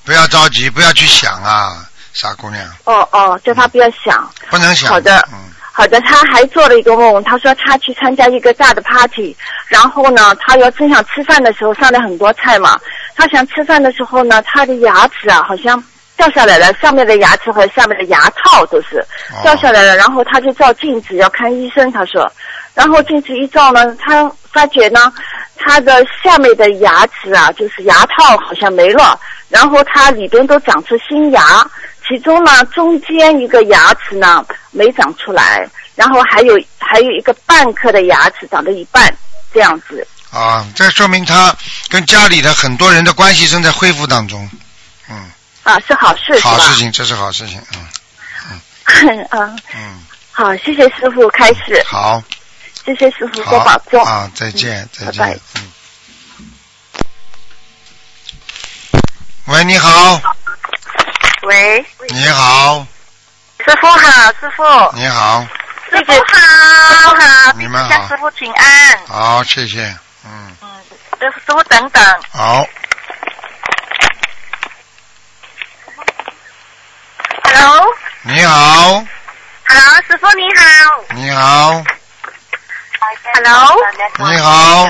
[SPEAKER 1] 不要着急，不要去想啊，傻姑娘，
[SPEAKER 4] 哦哦，叫他不要想。
[SPEAKER 1] 不能想。
[SPEAKER 4] 好的
[SPEAKER 1] 嗯，
[SPEAKER 4] 好的，他还做了一个梦，他说他去参加一个大的 party，然后呢，他要正想吃饭的时候上来很多菜嘛，他想吃饭的时候呢，他的牙齿啊好像掉下来了，上面的牙齿和下面的牙套都是
[SPEAKER 1] 哦
[SPEAKER 4] 掉下来了，然后他就照镜子要看医生，他说，然后镜子一照呢，他发觉呢，他的下面的牙齿啊，就是牙套好像没了，然后它里边都长出新牙，其中呢中间一个牙齿呢没长出来，然后还有还有一个半颗的牙齿长到一半这样子。
[SPEAKER 1] 啊，这说明他跟家里的很多人的关系正在恢复当中，嗯，
[SPEAKER 4] 啊，是好事是吧？
[SPEAKER 1] 好事情，这是好事情，嗯
[SPEAKER 4] 情。啊，
[SPEAKER 1] 嗯，
[SPEAKER 4] 好，谢谢师傅开始，
[SPEAKER 1] 好，
[SPEAKER 4] 谢谢师傅
[SPEAKER 1] 好
[SPEAKER 4] 多保重。
[SPEAKER 1] 啊，再见，再
[SPEAKER 4] 拜
[SPEAKER 1] 见
[SPEAKER 4] 拜，
[SPEAKER 1] 嗯。喂，你好，
[SPEAKER 5] 喂，
[SPEAKER 1] 你好，
[SPEAKER 5] 师傅好，师傅，
[SPEAKER 1] 你好，
[SPEAKER 5] 师傅好，好，
[SPEAKER 1] 你们
[SPEAKER 5] 向
[SPEAKER 1] 好
[SPEAKER 5] 师，傅请安。
[SPEAKER 1] 好，谢谢，嗯，
[SPEAKER 5] 嗯，师傅等等，
[SPEAKER 1] 好，
[SPEAKER 5] hello，
[SPEAKER 1] 你好，
[SPEAKER 5] Hello，师傅你好。
[SPEAKER 1] 你好，
[SPEAKER 5] Hello。
[SPEAKER 1] 你好，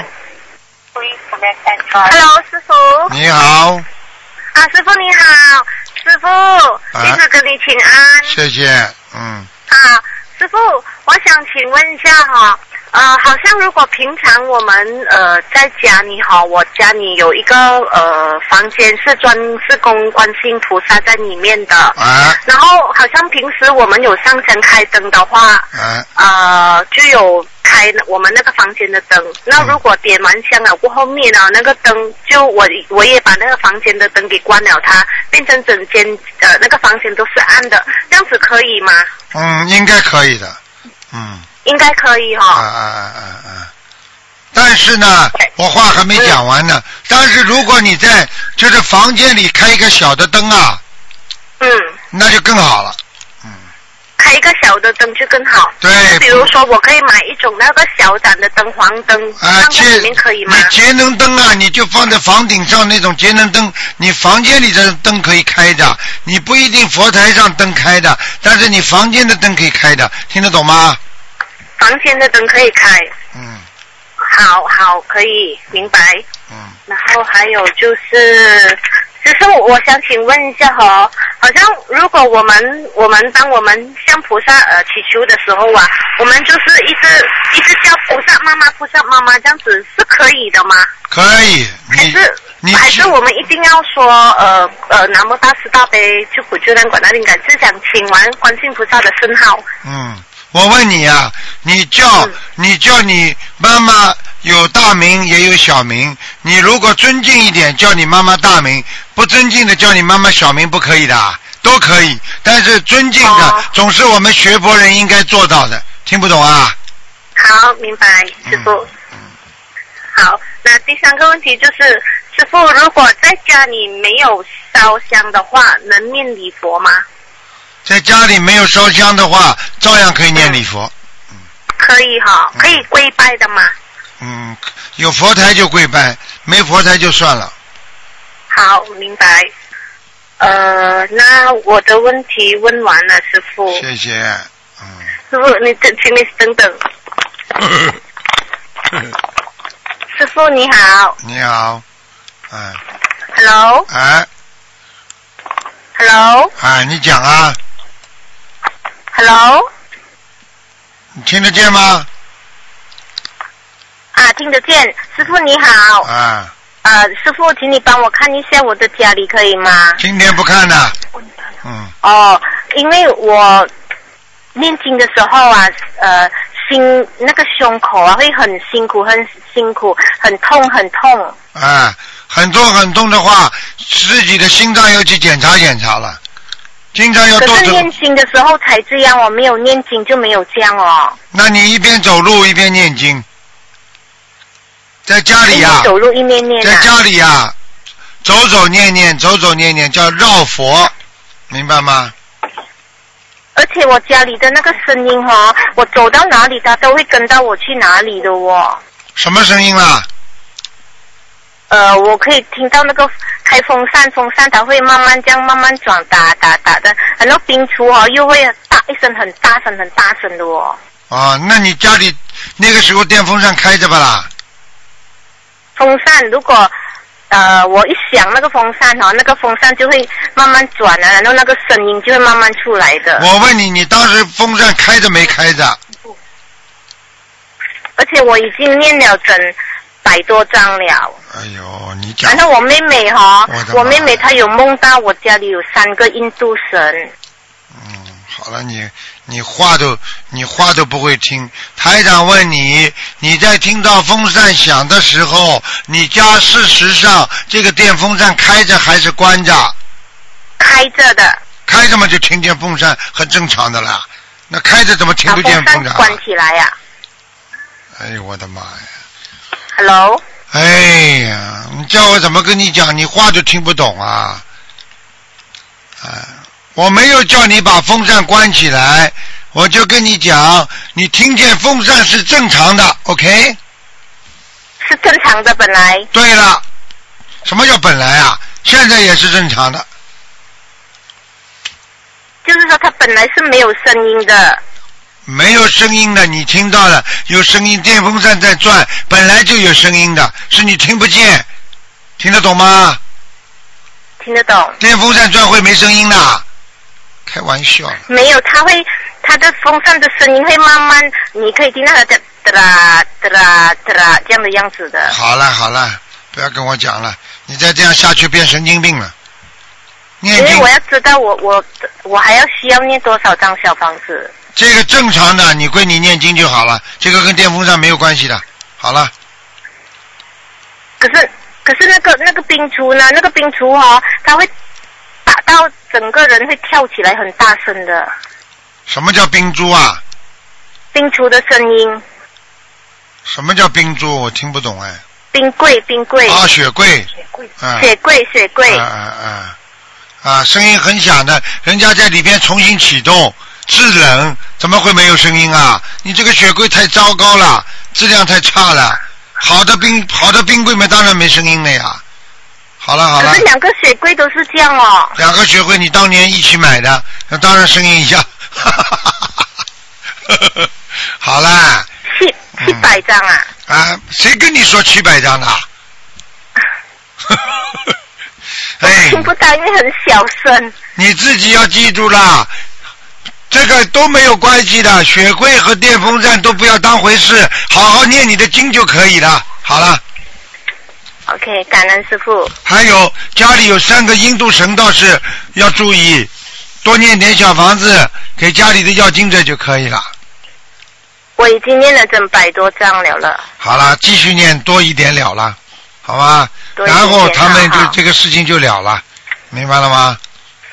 [SPEAKER 5] Hello，师傅。
[SPEAKER 1] 你好，
[SPEAKER 5] 啊，师傅你好，师
[SPEAKER 1] 啊
[SPEAKER 5] 傅，弟子跟你请安。
[SPEAKER 1] 哎谢谢，嗯，
[SPEAKER 5] 啊，师傅，我想请问一下哈、呃，好像如果平常我们呃在家里哈、我家里有一个呃房间是专是供观世音菩萨在里面的，
[SPEAKER 1] 啊
[SPEAKER 5] 然后好像平时我们有上层开灯的话，
[SPEAKER 1] 啊，
[SPEAKER 5] 呃就有开我们那个房间的灯，那如果点完香啊了过后灭了那个灯，就我我也把那个房间的灯给关了它，变成整间呃那个房间都是暗的，这样子可以吗？
[SPEAKER 1] 嗯，应该可以的，嗯，
[SPEAKER 5] 应该可以
[SPEAKER 1] 啊啊
[SPEAKER 5] 哈、
[SPEAKER 1] 啊啊啊。但是呢，
[SPEAKER 5] 哎
[SPEAKER 1] 我话还没讲完呢。但是如果你在就是房间里开一个小的灯啊，
[SPEAKER 5] 嗯，
[SPEAKER 1] 那就更好了。
[SPEAKER 5] 开一个小的灯就更好。
[SPEAKER 1] 对，
[SPEAKER 5] 比如说，我可以买一种那个小盏的灯，黄灯，
[SPEAKER 1] 啊，
[SPEAKER 5] 放在
[SPEAKER 1] 节
[SPEAKER 5] 里面可以吗
[SPEAKER 1] 你？节能灯啊，你就放在房顶上那种节能灯，你房间里的灯可以开的，你不一定佛台上灯开的，但是你房间的灯可以开的，听得懂吗？
[SPEAKER 5] 房间的灯可以开。
[SPEAKER 1] 嗯
[SPEAKER 5] 好好，可以明白。
[SPEAKER 1] 嗯，
[SPEAKER 5] 然后还有就是，就是我我想请问一下哈、好像如果我们我们当我们向菩萨呃祈求的时候啊，我们就是一直一直叫菩萨妈妈、菩萨妈妈这样子是可以的吗？
[SPEAKER 1] 可以，
[SPEAKER 5] 还
[SPEAKER 1] 你
[SPEAKER 5] 是
[SPEAKER 1] 你
[SPEAKER 5] 还
[SPEAKER 1] 去
[SPEAKER 5] 是我们一定要说呃呃南无大慈大悲救苦救难广大灵感是想请完观世音菩萨的圣号，
[SPEAKER 1] 嗯，我问你啊，你叫、
[SPEAKER 5] 嗯
[SPEAKER 1] 你叫你妈妈有大名也有小名，你如果尊敬一点，叫你妈妈大名；不尊敬的叫你妈妈小名，不可以的啊，都可以。但是尊敬的、
[SPEAKER 5] 哦
[SPEAKER 1] 总是我们学佛人应该做到的，听不懂啊？
[SPEAKER 5] 好，明白，师傅。
[SPEAKER 1] 嗯
[SPEAKER 5] 好，那第三个问题就是，师傅如果在家里没有烧香的话，能念礼佛吗？
[SPEAKER 1] 在家里没有烧香的话，照样可以念礼佛。
[SPEAKER 5] 可以哈、
[SPEAKER 1] 嗯
[SPEAKER 5] 可以跪拜的吗？
[SPEAKER 1] 嗯，有佛台就跪拜，没佛台就算了。
[SPEAKER 5] 好，明白。呃，那我的问题问完了，师傅。
[SPEAKER 1] 谢谢。嗯。
[SPEAKER 5] 师傅，你等，请你等等。师傅你好
[SPEAKER 1] 你好，哎
[SPEAKER 5] ，Hello，Hello。
[SPEAKER 1] 哎
[SPEAKER 5] Hello?
[SPEAKER 1] 哎，你讲啊，
[SPEAKER 5] Hello，
[SPEAKER 1] 你听得见吗？
[SPEAKER 5] 啊，听得见，师傅你好，
[SPEAKER 1] 啊，
[SPEAKER 5] 呃，师傅，请你帮我看一下我的家里可以吗？
[SPEAKER 1] 今天不看了。嗯
[SPEAKER 5] 哦，因为我念经的时候啊，呃，心那个胸口啊会很辛苦，很辛苦，很痛，很痛。
[SPEAKER 1] 哎，很痛很痛的话，自己的心脏要去检查检查了，经常要
[SPEAKER 5] 可
[SPEAKER 1] 多
[SPEAKER 5] 是
[SPEAKER 1] 走。
[SPEAKER 5] 念经的时候才这样，我哦没有念经就没有这样哦。
[SPEAKER 1] 那你一边走路一边念经，在家里
[SPEAKER 5] 一
[SPEAKER 1] 哎呀、
[SPEAKER 5] 面走路一面念
[SPEAKER 1] 在
[SPEAKER 5] 啊。
[SPEAKER 1] 家里呀、走走念念，走走念念，叫绕佛，明白吗？
[SPEAKER 5] 而且我家里的那个声音哦，我走到哪里它都会跟到我去哪里的哦。
[SPEAKER 1] 什么声音啦？
[SPEAKER 5] 呃，我可以听到那个开风扇，风扇它会慢慢这样慢慢转，打打打的，然后冰厨哦又会大一声很大声很大声的哦。
[SPEAKER 1] 啊，那你家里那个时候电风扇开着吧啦？
[SPEAKER 5] 风扇如果呃我一响那个风扇哦，那个风扇就会慢慢转啊，然后那个声音就会慢慢出来的。
[SPEAKER 1] 我问你，你当时风扇开着没开着？
[SPEAKER 5] 而且我已经念了整百多张了。
[SPEAKER 1] 哎呦，你讲
[SPEAKER 5] 然后我妹妹哈、
[SPEAKER 1] 我的妈
[SPEAKER 5] 我妹妹她有梦到我家里有三个印度神。
[SPEAKER 1] 嗯，好了，你你话都你话都不会听。台长问你，你在听到风扇响的时候，你家事实上这个电风扇开着还是关着？
[SPEAKER 5] 开着的，
[SPEAKER 1] 开着嘛就听见风扇，很正常的啦。那开着怎么听
[SPEAKER 5] 把
[SPEAKER 1] 不见
[SPEAKER 5] 风扇
[SPEAKER 1] 扇啊？
[SPEAKER 5] 关起来呀、
[SPEAKER 1] 哎呦我的妈呀！
[SPEAKER 5] Hello，
[SPEAKER 1] 哎呀，你叫我怎么跟你讲？你话都听不懂啊！啊，我没有叫你把风扇关起来，我就跟你讲，你听见风扇是正常的，OK？
[SPEAKER 5] 是正常的本来。
[SPEAKER 1] 对了，什么叫本来啊？现在也是正常的，
[SPEAKER 5] 就是说它本来是没有声音的，
[SPEAKER 1] 没有声音的，你听到了，有声音，电风扇在转，本来就有声音的，是你听不见，听得懂吗？
[SPEAKER 5] 听得懂？
[SPEAKER 1] 电风扇转会没声音的，开玩笑了。
[SPEAKER 5] 没有，它会，它的风扇的声音会慢慢，你可以听到它的哒啦哒啦哒啦这样的样子的。
[SPEAKER 1] 好了好了，不要跟我讲了，你再这样下去变神经病了。
[SPEAKER 5] 因
[SPEAKER 1] 念
[SPEAKER 5] 为
[SPEAKER 1] 经
[SPEAKER 5] 我要知道我我我还要需要念多少张小房子？
[SPEAKER 1] 这个正常的，你归你念经就好了，这个跟电风扇没有关系的。好了，
[SPEAKER 5] 可是可是那个那个冰厨呢？那个冰厨哦，它会打到整个人会跳起来，很大声的
[SPEAKER 1] 什么叫冰珠啊？
[SPEAKER 5] 冰厨的声音，
[SPEAKER 1] 什么叫冰珠？我听不懂哎。
[SPEAKER 5] 冰柜冰柜，
[SPEAKER 1] 啊，雪柜。嗯。
[SPEAKER 5] 雪柜雪柜，
[SPEAKER 1] 啊啊啊！啊，声音很响的，人家在里边重新启动制冷，怎么会没有声音啊？你这个雪柜太糟糕了，质量太差了。好的冰好的冰柜嘛，当然没声音了呀。好了好了
[SPEAKER 5] 可是，两个雪柜都是这样哦。
[SPEAKER 1] 两个雪柜你当年一起买的，那当然声音一 样。好啦，
[SPEAKER 5] 七七百张啊，
[SPEAKER 1] 啊，谁跟你说七百张的？啊 哎，
[SPEAKER 5] 听不到，因为很小声。
[SPEAKER 1] 你自己要记住啦，这个都没有关系的，雪柜和电风扇都不要当回事，好好念你的经就可以了。好了，
[SPEAKER 5] OK，感恩师傅。
[SPEAKER 1] 还有家里有三个印度神道士要注意，多念点小房子给家里的要经者就可以了。
[SPEAKER 5] 我已经念了整百多张了了，
[SPEAKER 1] 好了，继续念多一点了了，好吧？
[SPEAKER 5] 多一
[SPEAKER 1] 然
[SPEAKER 5] 点啊
[SPEAKER 1] 后他们就
[SPEAKER 5] 好
[SPEAKER 1] 这个事情就了了，明白了吗？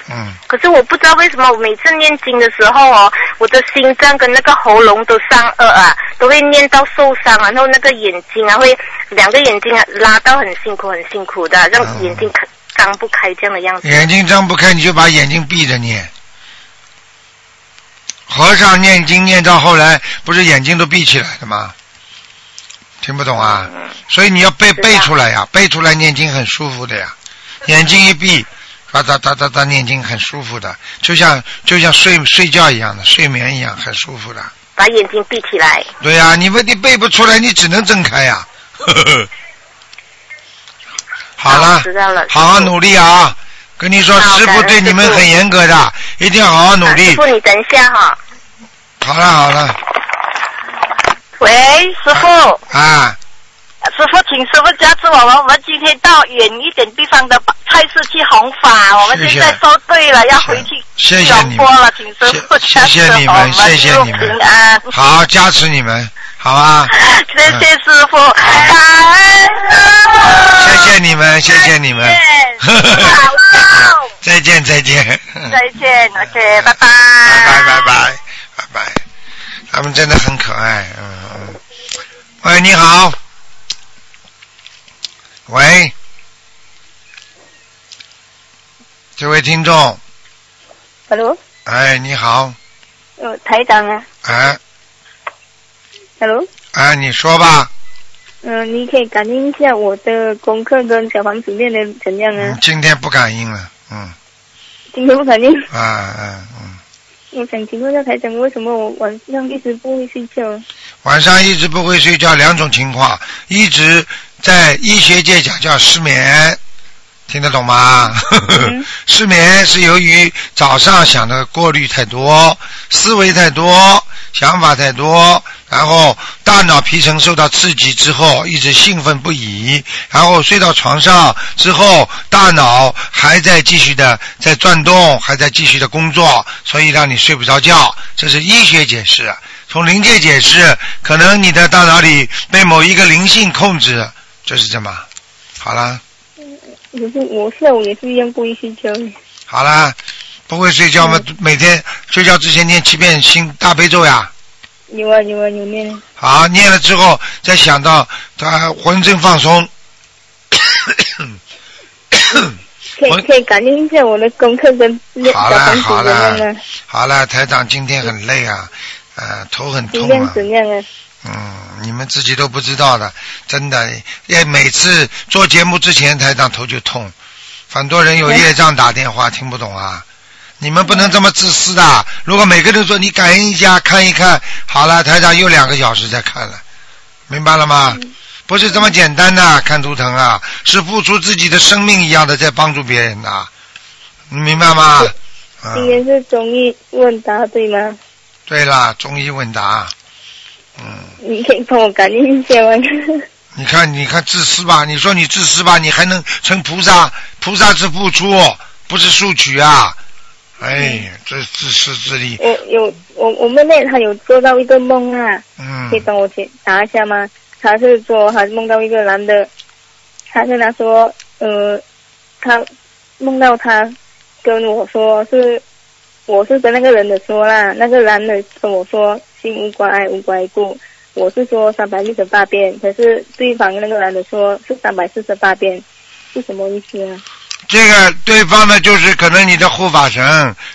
[SPEAKER 1] 嗯，
[SPEAKER 5] 可是我不知道为什么我每次念经的时候哦，我的心脏跟那个喉咙都上颚啊，都会念到受伤，啊然后那个眼睛啊会两个眼睛啊拉到很辛苦很辛苦的，让
[SPEAKER 1] 嗯
[SPEAKER 5] 眼睛开张不开这样的样子。
[SPEAKER 1] 眼睛睁不开，你就把眼睛闭着念。和尚念经念到后来，不是眼睛都闭起来的吗？听不懂啊？所以你要背
[SPEAKER 5] 知道
[SPEAKER 1] 背出来呀、背出来念经很舒服的呀。眼睛一闭，哒哒哒哒哒念经很舒服的，就像就像睡睡觉一样的，睡眠一样很舒服的。
[SPEAKER 5] 把眼睛闭起来，
[SPEAKER 1] 对呀、你问题背不出来，你只能睁开呀、 呵呵呵好了
[SPEAKER 5] 好，知道了
[SPEAKER 1] 好好努力啊！跟你说，
[SPEAKER 5] 好
[SPEAKER 1] 师傅对你们
[SPEAKER 5] 感恩师父
[SPEAKER 1] 很严格的，一定要好好努
[SPEAKER 5] 啊师
[SPEAKER 1] 力。
[SPEAKER 5] 傅你等一下哈、
[SPEAKER 1] 好了好了，
[SPEAKER 6] 喂，师傅，
[SPEAKER 1] 啊，
[SPEAKER 6] 师傅，请师傅加持我们。我们今天到远一点地方的菜市去弘法，我们
[SPEAKER 1] 谢谢
[SPEAKER 6] 现在收队了，要回去
[SPEAKER 1] 谢谢你
[SPEAKER 6] 广播
[SPEAKER 1] 们
[SPEAKER 6] 了，请师傅
[SPEAKER 1] 谢
[SPEAKER 6] 加持
[SPEAKER 1] 谢谢你
[SPEAKER 6] 我
[SPEAKER 1] 们，谢
[SPEAKER 6] 师
[SPEAKER 1] 谢
[SPEAKER 6] 父
[SPEAKER 1] 你
[SPEAKER 6] 平
[SPEAKER 1] 们，
[SPEAKER 6] 安。
[SPEAKER 1] 好加持你们，好吧？
[SPEAKER 6] 谢谢师傅，感恩
[SPEAKER 1] 谢
[SPEAKER 6] 师
[SPEAKER 1] 谢你们，谢谢你们
[SPEAKER 6] 再见好棒，
[SPEAKER 1] 再见 再见，
[SPEAKER 6] 傅，再见，OK，拜拜，
[SPEAKER 1] 拜拜拜
[SPEAKER 6] 拜。
[SPEAKER 1] 拜拜拜，他们真的很可爱，嗯嗯。喂，你好。喂，这位听众，
[SPEAKER 7] Hello，
[SPEAKER 1] 哎，你好，
[SPEAKER 7] 呃，台长啊
[SPEAKER 1] 哎
[SPEAKER 7] ，Hello，
[SPEAKER 1] 哎，你说吧，
[SPEAKER 7] 嗯、你可以感应一下我的功课跟小房子练的怎样
[SPEAKER 1] 你
[SPEAKER 7] 啊？
[SPEAKER 1] 嗯今天不感应了，嗯
[SPEAKER 7] 今天不感应，
[SPEAKER 1] 啊啊嗯，
[SPEAKER 7] 我想请问一下台长，为什么我晚上一直不会睡觉啊？
[SPEAKER 1] 晚上一直不会睡觉，两种情况，一直在医学界讲叫失眠。听得懂吗？
[SPEAKER 7] 嗯
[SPEAKER 1] 失眠是由于早上想的过滤太多，思维太多，想法太多，然后大脑皮层受到刺激之后一直兴奋不已，然后睡到床上之后，大脑还在继续的在转动，还在继续的工作，所以让你睡不着觉。这是医学解释。从灵界解释，可能你的大脑里被某一个灵性控制，就是这么。好了。
[SPEAKER 7] 可嗯是我下午也是一样不会睡觉啊。
[SPEAKER 1] 好啦，不会睡觉吗？每天睡觉之前念七遍心大悲咒呀。
[SPEAKER 7] 有啊有啊有练啊，
[SPEAKER 1] 好，念了之后再想到他浑身放松。
[SPEAKER 7] 可
[SPEAKER 1] 我
[SPEAKER 7] 以可以感应一下我的功课跟练
[SPEAKER 1] 好
[SPEAKER 7] 小
[SPEAKER 1] 啦
[SPEAKER 7] 房子
[SPEAKER 1] 好
[SPEAKER 7] 怎
[SPEAKER 1] 啦
[SPEAKER 7] 样啊？
[SPEAKER 1] 好了，台长今天很累啊，啊，头很
[SPEAKER 7] 力
[SPEAKER 1] 痛
[SPEAKER 7] 量
[SPEAKER 1] 啊。
[SPEAKER 7] 怎样啊？
[SPEAKER 1] 嗯，你们自己都不知道的，真的，哎，每次做节目之前，台长头就痛，很多人有业障打电话听不懂啊，你们不能这么自私的。如果每个人说你感应一下看一看，好了，台长又两个小时在看了，明白了吗？不是这么简单的，看图腾啊，是付出自己的生命一样的在帮助别人的，你明白吗？啊，嗯
[SPEAKER 7] 今天是中医问答对吗？
[SPEAKER 1] 对啦，中医问答，嗯。
[SPEAKER 7] 你可以帮我感应一下吗？
[SPEAKER 1] 你看，你看自私吧？你说你自私吧？你还能成菩萨？菩萨是付出，不是索取啊！哎，这自私自利，
[SPEAKER 7] 我有我我妹妹她有做到一个梦啊，
[SPEAKER 1] 嗯
[SPEAKER 7] 可以帮我解答一下吗？她是说她梦到一个男的，她跟他说，呃，她梦到他跟我说是，我是跟那个人的说啦，那个男的跟我说心无挂碍无挂故，我是说三百六十八遍，可是对方那个男的说是三百四十八遍，是什么意思啊？
[SPEAKER 1] 这个对方呢，就是可能你的护法神，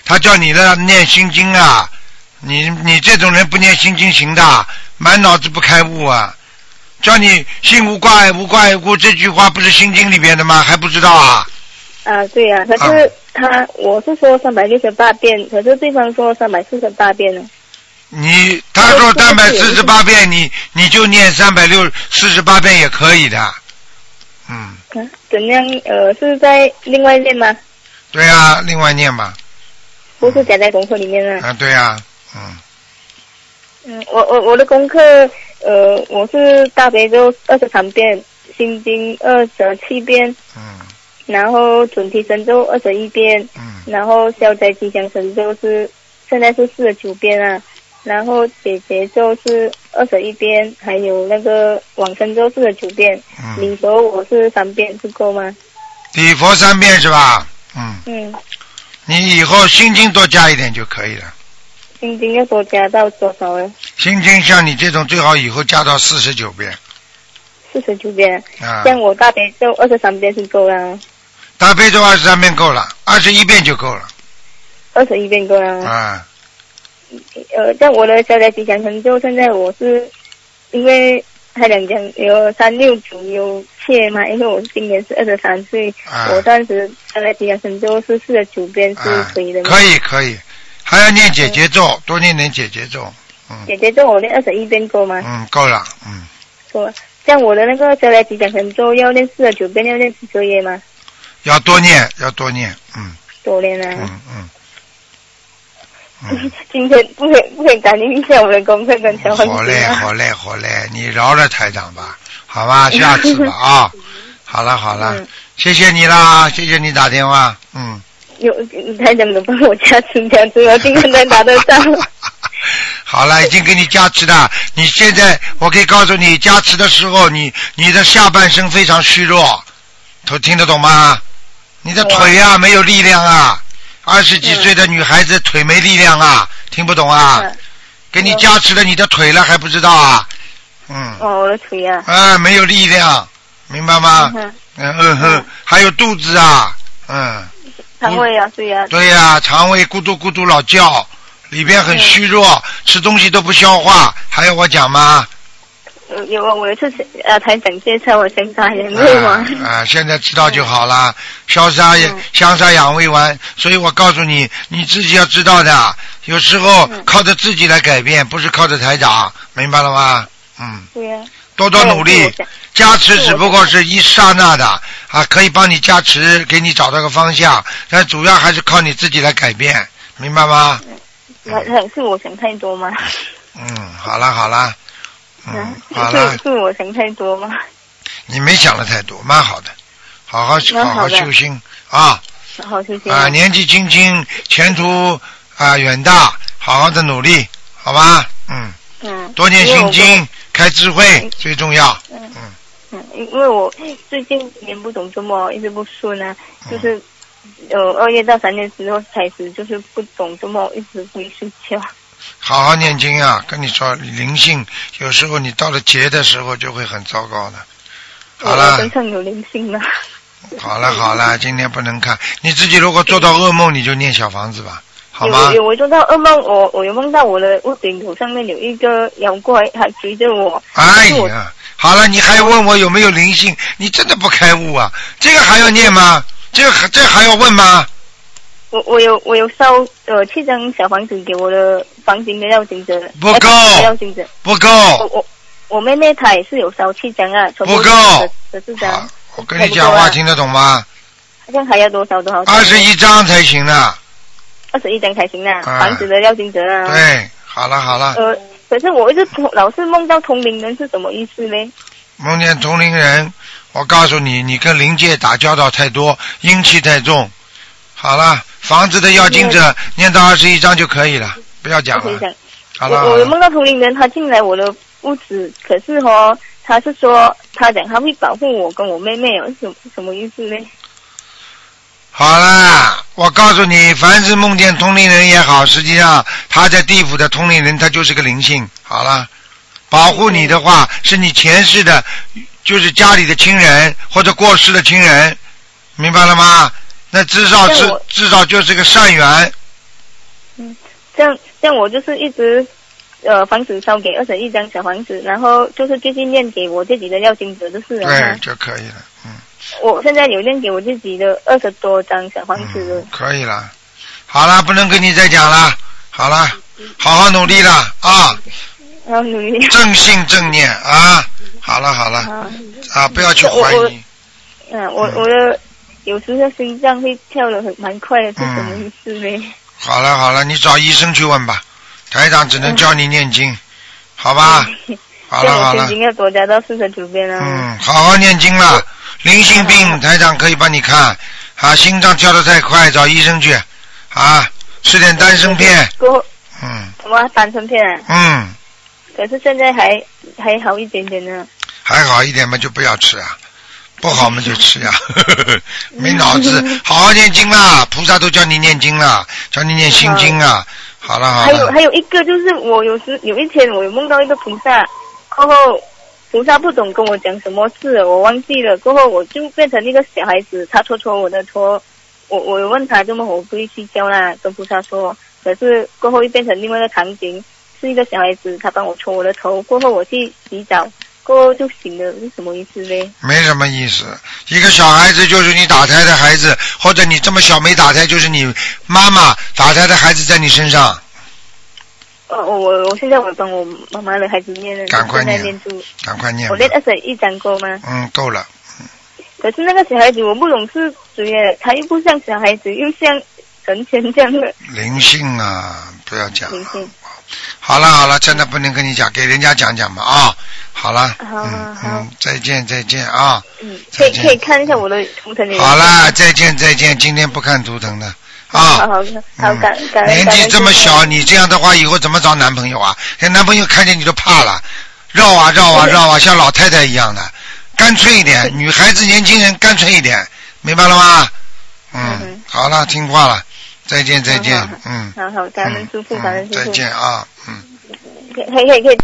[SPEAKER 1] 他叫你的念心经啊，你你这种人不念心经行的，满脑子不开悟啊，叫你心无挂碍无挂碍故这句话不是心经里边的吗？还不知道啊？
[SPEAKER 7] 啊，对呀、可
[SPEAKER 1] 啊
[SPEAKER 7] 是他、我是说三百六十八遍，可是对方说三百四十八遍啊呢。
[SPEAKER 1] 你他说三百四十八遍，你你就念三百六四十八遍也可以的，嗯，
[SPEAKER 7] 啊怎样？呃，是在另外练吗？
[SPEAKER 1] 对啊，另外念吧，
[SPEAKER 7] 不是夹在功课里面啊。
[SPEAKER 1] 啊，对啊，嗯，
[SPEAKER 7] 嗯，我我我的功课，呃，我是大悲咒二十三遍，心经二十七遍，
[SPEAKER 1] 嗯
[SPEAKER 7] 然后准提神咒二十一遍，
[SPEAKER 1] 嗯
[SPEAKER 7] 然后消灾吉祥神咒是现在是四十九遍啊，然后解结咒是二十一遍，还有那个往生咒四十九遍，
[SPEAKER 1] 嗯，
[SPEAKER 7] 礼佛我是三遍是够吗？
[SPEAKER 1] 礼佛三遍是吧？嗯，
[SPEAKER 7] 嗯，
[SPEAKER 1] 你以后心经多加一点就可以了。
[SPEAKER 7] 心经要多加到多少啊呢？
[SPEAKER 1] 心经像你这种最好以后加到四十九遍
[SPEAKER 7] 四十九遍，
[SPEAKER 1] 啊，
[SPEAKER 7] 像我大悲咒二十三遍是够啦，
[SPEAKER 1] 大悲咒二十三遍够了，二十一遍就够了
[SPEAKER 7] 二十一遍够啦。
[SPEAKER 1] 啊。
[SPEAKER 7] 呃，像我的消灾吉祥神咒，现在我是因为他两讲有三六九有切嘛，因为我今年是二十三岁，
[SPEAKER 1] 啊
[SPEAKER 7] 我当时消灾吉祥神咒是四十九遍是
[SPEAKER 1] 啊
[SPEAKER 7] 可以的，嘛。
[SPEAKER 1] 可以可以，还要念姐姐咒，多念点姐姐咒，嗯
[SPEAKER 7] 姐姐咒我练二十一遍够吗？
[SPEAKER 1] 嗯，够了，嗯，
[SPEAKER 7] 够啊。像我的那个消灾吉祥神咒要练四十九遍，要练几个月吗？
[SPEAKER 1] 要多念，要多念，嗯
[SPEAKER 7] 多练啊。
[SPEAKER 1] 嗯嗯嗯，
[SPEAKER 7] 今天不可以不可以感应一下我的功课跟小黄
[SPEAKER 1] 好
[SPEAKER 7] 子
[SPEAKER 1] 嘞
[SPEAKER 7] 吗？
[SPEAKER 1] 好嘞好嘞，你饶了台长吧，好 吧，下次吧啊，好了好了
[SPEAKER 7] 嗯，
[SPEAKER 1] 谢谢你啦，谢谢你打电话，嗯。
[SPEAKER 7] 有台长能帮我加持加持，我今天能拿得到。
[SPEAKER 1] 好了，已经给你加持了。你现在，我可以告诉你，加持的时候，你你的下半身非常虚弱，都听得懂吗？你的腿啊没有力量啊，二十几岁的女孩子腿没力量啊，听不懂啊？
[SPEAKER 7] 嗯
[SPEAKER 1] 给你加持了你的腿了还不知道啊？嗯，
[SPEAKER 7] 哦，我的腿啊，
[SPEAKER 1] 啊，没有力量，明白吗
[SPEAKER 7] 嗯？哼
[SPEAKER 1] 嗯嗯哼，还有肚子啊，嗯。
[SPEAKER 7] 肠胃啊，对啊，
[SPEAKER 1] 对呀、肠胃咕嘟咕嘟老叫，里边很虚弱，吃东西都不消化，还要我讲吗？
[SPEAKER 7] 有有啊，我有一次呃台长介绍我香砂养
[SPEAKER 1] 啊
[SPEAKER 7] 胃丸，
[SPEAKER 1] 啊，现在知道就好了。消杀
[SPEAKER 7] 嗯
[SPEAKER 1] 也香砂养胃丸，所以我告诉你，你自己要知道的。有时候
[SPEAKER 7] 嗯
[SPEAKER 1] 靠着自己来改变，不是靠着台长，明白了吗？嗯，
[SPEAKER 7] 对啊，
[SPEAKER 1] 多多努
[SPEAKER 7] 对
[SPEAKER 1] 力
[SPEAKER 7] 我想。
[SPEAKER 1] 加持只不过是一刹那的啊，可以帮你加持，给你找到个方向，但主要还是靠你自己来改变，明白吗？
[SPEAKER 7] 台长是我想太多吗？
[SPEAKER 1] 嗯，好了好了，嗯，好了
[SPEAKER 7] 是，是啊我想太多吗？
[SPEAKER 1] 你没想的太多，蛮好的，好好
[SPEAKER 7] 蛮
[SPEAKER 1] 好
[SPEAKER 7] 好
[SPEAKER 1] 好
[SPEAKER 7] 的
[SPEAKER 1] 修心啊
[SPEAKER 7] 好，谢谢。
[SPEAKER 1] 啊，年纪轻轻，前途啊远大，好好的努力，好吧？嗯，
[SPEAKER 7] 嗯，
[SPEAKER 1] 多念
[SPEAKER 7] 因为
[SPEAKER 1] 心
[SPEAKER 7] 我
[SPEAKER 1] 经，开智慧最重要。
[SPEAKER 7] 嗯
[SPEAKER 1] 嗯，
[SPEAKER 7] 嗯，因为我最近年不懂怎么一直不顺啊，
[SPEAKER 1] 嗯
[SPEAKER 7] 就是呃二月到三月之后开始就是不懂怎么一直不会睡觉。
[SPEAKER 1] 好好念经啊！跟你说，灵性有时候你到了劫的时候就会很糟糕的。好
[SPEAKER 7] 我
[SPEAKER 1] 了，
[SPEAKER 7] 身上有灵性啊了。
[SPEAKER 1] 好了，好了，今天不能看。你自己如果做到噩梦，你就念小房子吧，好吗？
[SPEAKER 7] 有有，我做到噩梦，我我有梦到我的屋顶头上面有一个妖怪，还追着我。
[SPEAKER 1] 哎
[SPEAKER 7] 可是我
[SPEAKER 1] 呀，好了，你还问我有没有灵性？你真的不开悟啊！这个还要念吗？这个还这还要问吗？
[SPEAKER 7] 我我有我有烧呃七张小房子给我的房间的要紧者，
[SPEAKER 1] 不
[SPEAKER 7] 哎
[SPEAKER 1] 够
[SPEAKER 7] 是要紧者，
[SPEAKER 1] 不
[SPEAKER 7] 我
[SPEAKER 1] 够。
[SPEAKER 7] 我我妹妹她也是有烧七张啊，全部
[SPEAKER 1] 不够
[SPEAKER 7] 十四
[SPEAKER 1] 啊
[SPEAKER 7] 张，
[SPEAKER 1] 我跟你讲话听得懂吗？
[SPEAKER 7] 好像还要多少多少？
[SPEAKER 1] 二十一张才行呢。
[SPEAKER 7] 二十一张才行啊，
[SPEAKER 1] 啊
[SPEAKER 7] 房子的要紧者啊。。
[SPEAKER 1] 对，好了好了，
[SPEAKER 7] 呃，可是我一直同老是梦到同龄人是什么意思呢？
[SPEAKER 1] 梦见同龄人，我告诉你，你跟灵界打交道太多，阴气太重。好了，房子的要经者念到二十一章就可以了，嗯不要讲
[SPEAKER 7] 二十一
[SPEAKER 1] 了。
[SPEAKER 7] 张。
[SPEAKER 1] 好了，好
[SPEAKER 7] 我我有
[SPEAKER 1] 了
[SPEAKER 7] 梦到同龄人，他进来我的屋子，可是哦，他是说他讲他会保护我跟我妹妹哦，什么什么意思呢？
[SPEAKER 1] 好了，我告诉你，凡是梦见同龄人也好，实际上他在地府的同龄人，他就是个灵性。好了，保护你的话，是你前世的，就是家里的亲人或者过世的亲人，明白了吗？那至少
[SPEAKER 7] 但
[SPEAKER 1] 至
[SPEAKER 7] 我
[SPEAKER 1] 至少就是个善缘。
[SPEAKER 7] 这样这样我就是一直呃房子烧给二十一张小房子，然后就是最近念给我自己的要经者就是了
[SPEAKER 1] 对
[SPEAKER 7] 嘛。
[SPEAKER 1] 就可以了，嗯，
[SPEAKER 7] 我现在有念给我自己的二十多张小房子了
[SPEAKER 1] 嗯。可以了。好了，不能跟你再讲了，好了，好好努力了啊，
[SPEAKER 7] 然后努力。
[SPEAKER 1] 正信正念啊，好了好了
[SPEAKER 7] 啊
[SPEAKER 1] 啊，不要去怀
[SPEAKER 7] 我我
[SPEAKER 1] 疑，
[SPEAKER 7] 嗯，我
[SPEAKER 1] 嗯
[SPEAKER 7] 我的有时候心脏会跳的很蛮快的，是
[SPEAKER 1] 嗯
[SPEAKER 7] 什么意思呢？
[SPEAKER 1] 好了好了，你找医生去问吧，台长只
[SPEAKER 7] 嗯
[SPEAKER 1] 能教你念经，好 吧？啊好
[SPEAKER 7] 这
[SPEAKER 1] 了
[SPEAKER 7] 样
[SPEAKER 1] 好
[SPEAKER 7] 我
[SPEAKER 1] 了
[SPEAKER 7] 心，经要多加到四十九遍啊。
[SPEAKER 1] 嗯，好好念经了。灵性
[SPEAKER 7] 嗯
[SPEAKER 1] 病台长可以帮你看啊，心脏跳得太快，找医生去啊，吃点丹参片，
[SPEAKER 7] 过后
[SPEAKER 1] 嗯
[SPEAKER 7] 什么丹参片啊？
[SPEAKER 1] 嗯，
[SPEAKER 7] 可是现在还还好一点点呢。
[SPEAKER 1] 还好一点嘛，就不要吃啊。不好嘛就吃呀、 没脑子，好好念经啦！菩萨都叫你念经啦，叫你念心经 啊。好了好
[SPEAKER 7] 嗯还有
[SPEAKER 1] 了，
[SPEAKER 7] 还有一个就是我有时有一天我有梦到一个菩萨，过后菩萨不懂跟我讲什么事了，我忘记了。过后我就变成一个小孩子，他搓搓我的头，我我有问他这么我不会去教啦，跟菩萨说。可是过后又变成另外一个场景，是一个小孩子，他帮我搓我的头。过后我去洗澡，过后就醒了，是什么意思呢？
[SPEAKER 1] 没什么意思。一个小孩子就是你打胎的孩子，或者你这么小没打胎，就是你妈妈打胎的孩子在你身上。
[SPEAKER 7] 哦，我我我现在我帮我妈妈的孩子念了，
[SPEAKER 1] 赶快
[SPEAKER 7] 正在
[SPEAKER 1] 念
[SPEAKER 7] 念住，
[SPEAKER 1] 赶快念
[SPEAKER 7] 我
[SPEAKER 1] 吧。
[SPEAKER 7] 念二十一章够吗？
[SPEAKER 1] 嗯，够了。
[SPEAKER 7] 可是那个小孩子，我不懂是谁耶，他又不像小孩子，又像成前这样的
[SPEAKER 1] 灵性啊，不要讲。
[SPEAKER 7] 明星。
[SPEAKER 1] 好了好了，真的不能跟你讲，给人家讲讲嘛啊。好了，
[SPEAKER 7] 好啊
[SPEAKER 1] 嗯
[SPEAKER 7] 好
[SPEAKER 1] 嗯，再见再见啊。
[SPEAKER 7] 嗯，可
[SPEAKER 1] 再
[SPEAKER 7] 以
[SPEAKER 1] 见
[SPEAKER 7] 可以看一下我的同城的。
[SPEAKER 1] 好啦，再见再见，今天不看图腾的
[SPEAKER 7] 好
[SPEAKER 1] 啊。
[SPEAKER 7] 好好，感感恩
[SPEAKER 1] 年
[SPEAKER 7] 感
[SPEAKER 1] 纪
[SPEAKER 7] 恩
[SPEAKER 1] 这么
[SPEAKER 7] 师父
[SPEAKER 1] 小，你这样的话以后怎么找男朋友啊？连男朋友看见你都怕了，绕啊绕啊绕啊，像老太太一样的，干脆一点，女孩子年轻人干脆一点，明白了吗？嗯
[SPEAKER 7] 嗯，
[SPEAKER 1] 好了，听话了，再见再见
[SPEAKER 7] 好好，
[SPEAKER 1] 嗯。
[SPEAKER 7] 好好，感恩
[SPEAKER 1] 嗯
[SPEAKER 7] 师傅，
[SPEAKER 1] 嗯
[SPEAKER 7] 感恩师
[SPEAKER 1] 再
[SPEAKER 7] 傅，
[SPEAKER 1] 见啊，嗯。
[SPEAKER 7] 可以可以可以，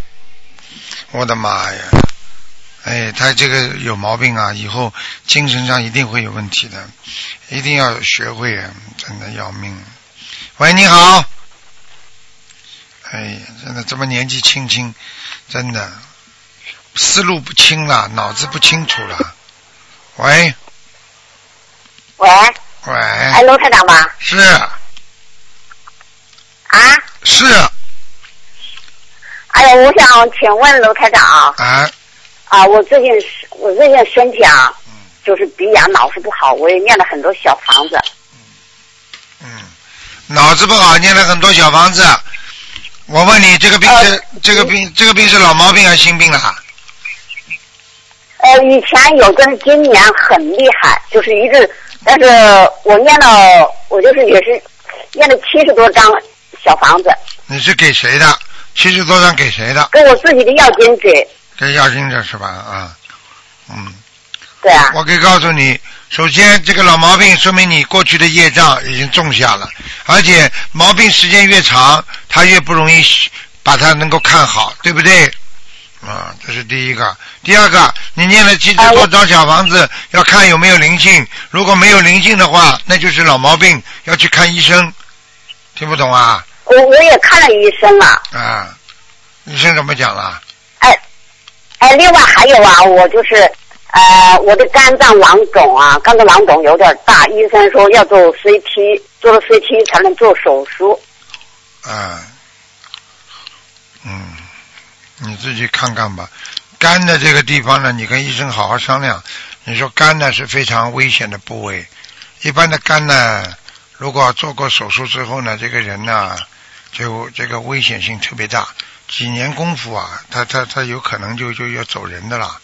[SPEAKER 1] 我的妈呀！哎，他这个有毛病啊，以后精神上一定会有问题的，一定要学会，啊，真的要命。喂，你好。哎呀，真的这么年纪轻轻，真的思路不清了，脑子不清楚了。喂
[SPEAKER 5] 喂，
[SPEAKER 1] 喂，
[SPEAKER 5] 哎，卢台长吧？
[SPEAKER 1] 是
[SPEAKER 5] 啊，
[SPEAKER 1] 是
[SPEAKER 5] 哎呀，我想请问卢台长啊，
[SPEAKER 1] 啊，
[SPEAKER 5] 啊，我最近是我最近身体啊，就是鼻炎，脑子不好，我也念了很多小房子。
[SPEAKER 1] 嗯，脑子不好，念了很多小房子。我问你，这个病是、这个病这个病是老毛病还是新病了？
[SPEAKER 5] 呃，以前有，但是今年很厉害，就是一直，但是我念到我就是也是念了七十多张小房子，
[SPEAKER 1] 你是给谁的？七十多张给谁的？
[SPEAKER 5] 跟我自己的药金给，
[SPEAKER 1] 给要经者是吧？啊，嗯，
[SPEAKER 5] 对啊，
[SPEAKER 1] 我可以告诉你，首先这个老毛病说明你过去的业障已经种下了，而且毛病时间越长，它越不容易把它能够看好，对不对？啊，这是第一个。第二个，你念了七十多张小房子，要看有没有灵性。如果没有灵性的话，那就是老毛病，要去看医生。听不懂啊？
[SPEAKER 5] 我我也看了医生了。
[SPEAKER 1] 啊，医生怎么讲了？
[SPEAKER 8] 啊
[SPEAKER 5] 哎，哎，另外还有啊，我就是
[SPEAKER 8] 呃，我的肝脏囊肿啊，肝脏囊肿有点大，医生说要做 CT，做了 CT 才能做手术。
[SPEAKER 1] 啊，嗯，你自己看看吧。肝的这个地方呢，你跟医生好好商量。你说肝呢是非常危险的部位，一般的肝呢，如果做过手术之后呢，这个人呢，就这个危险性特别大，几年功夫啊，他他他有可能就就要走人的啦。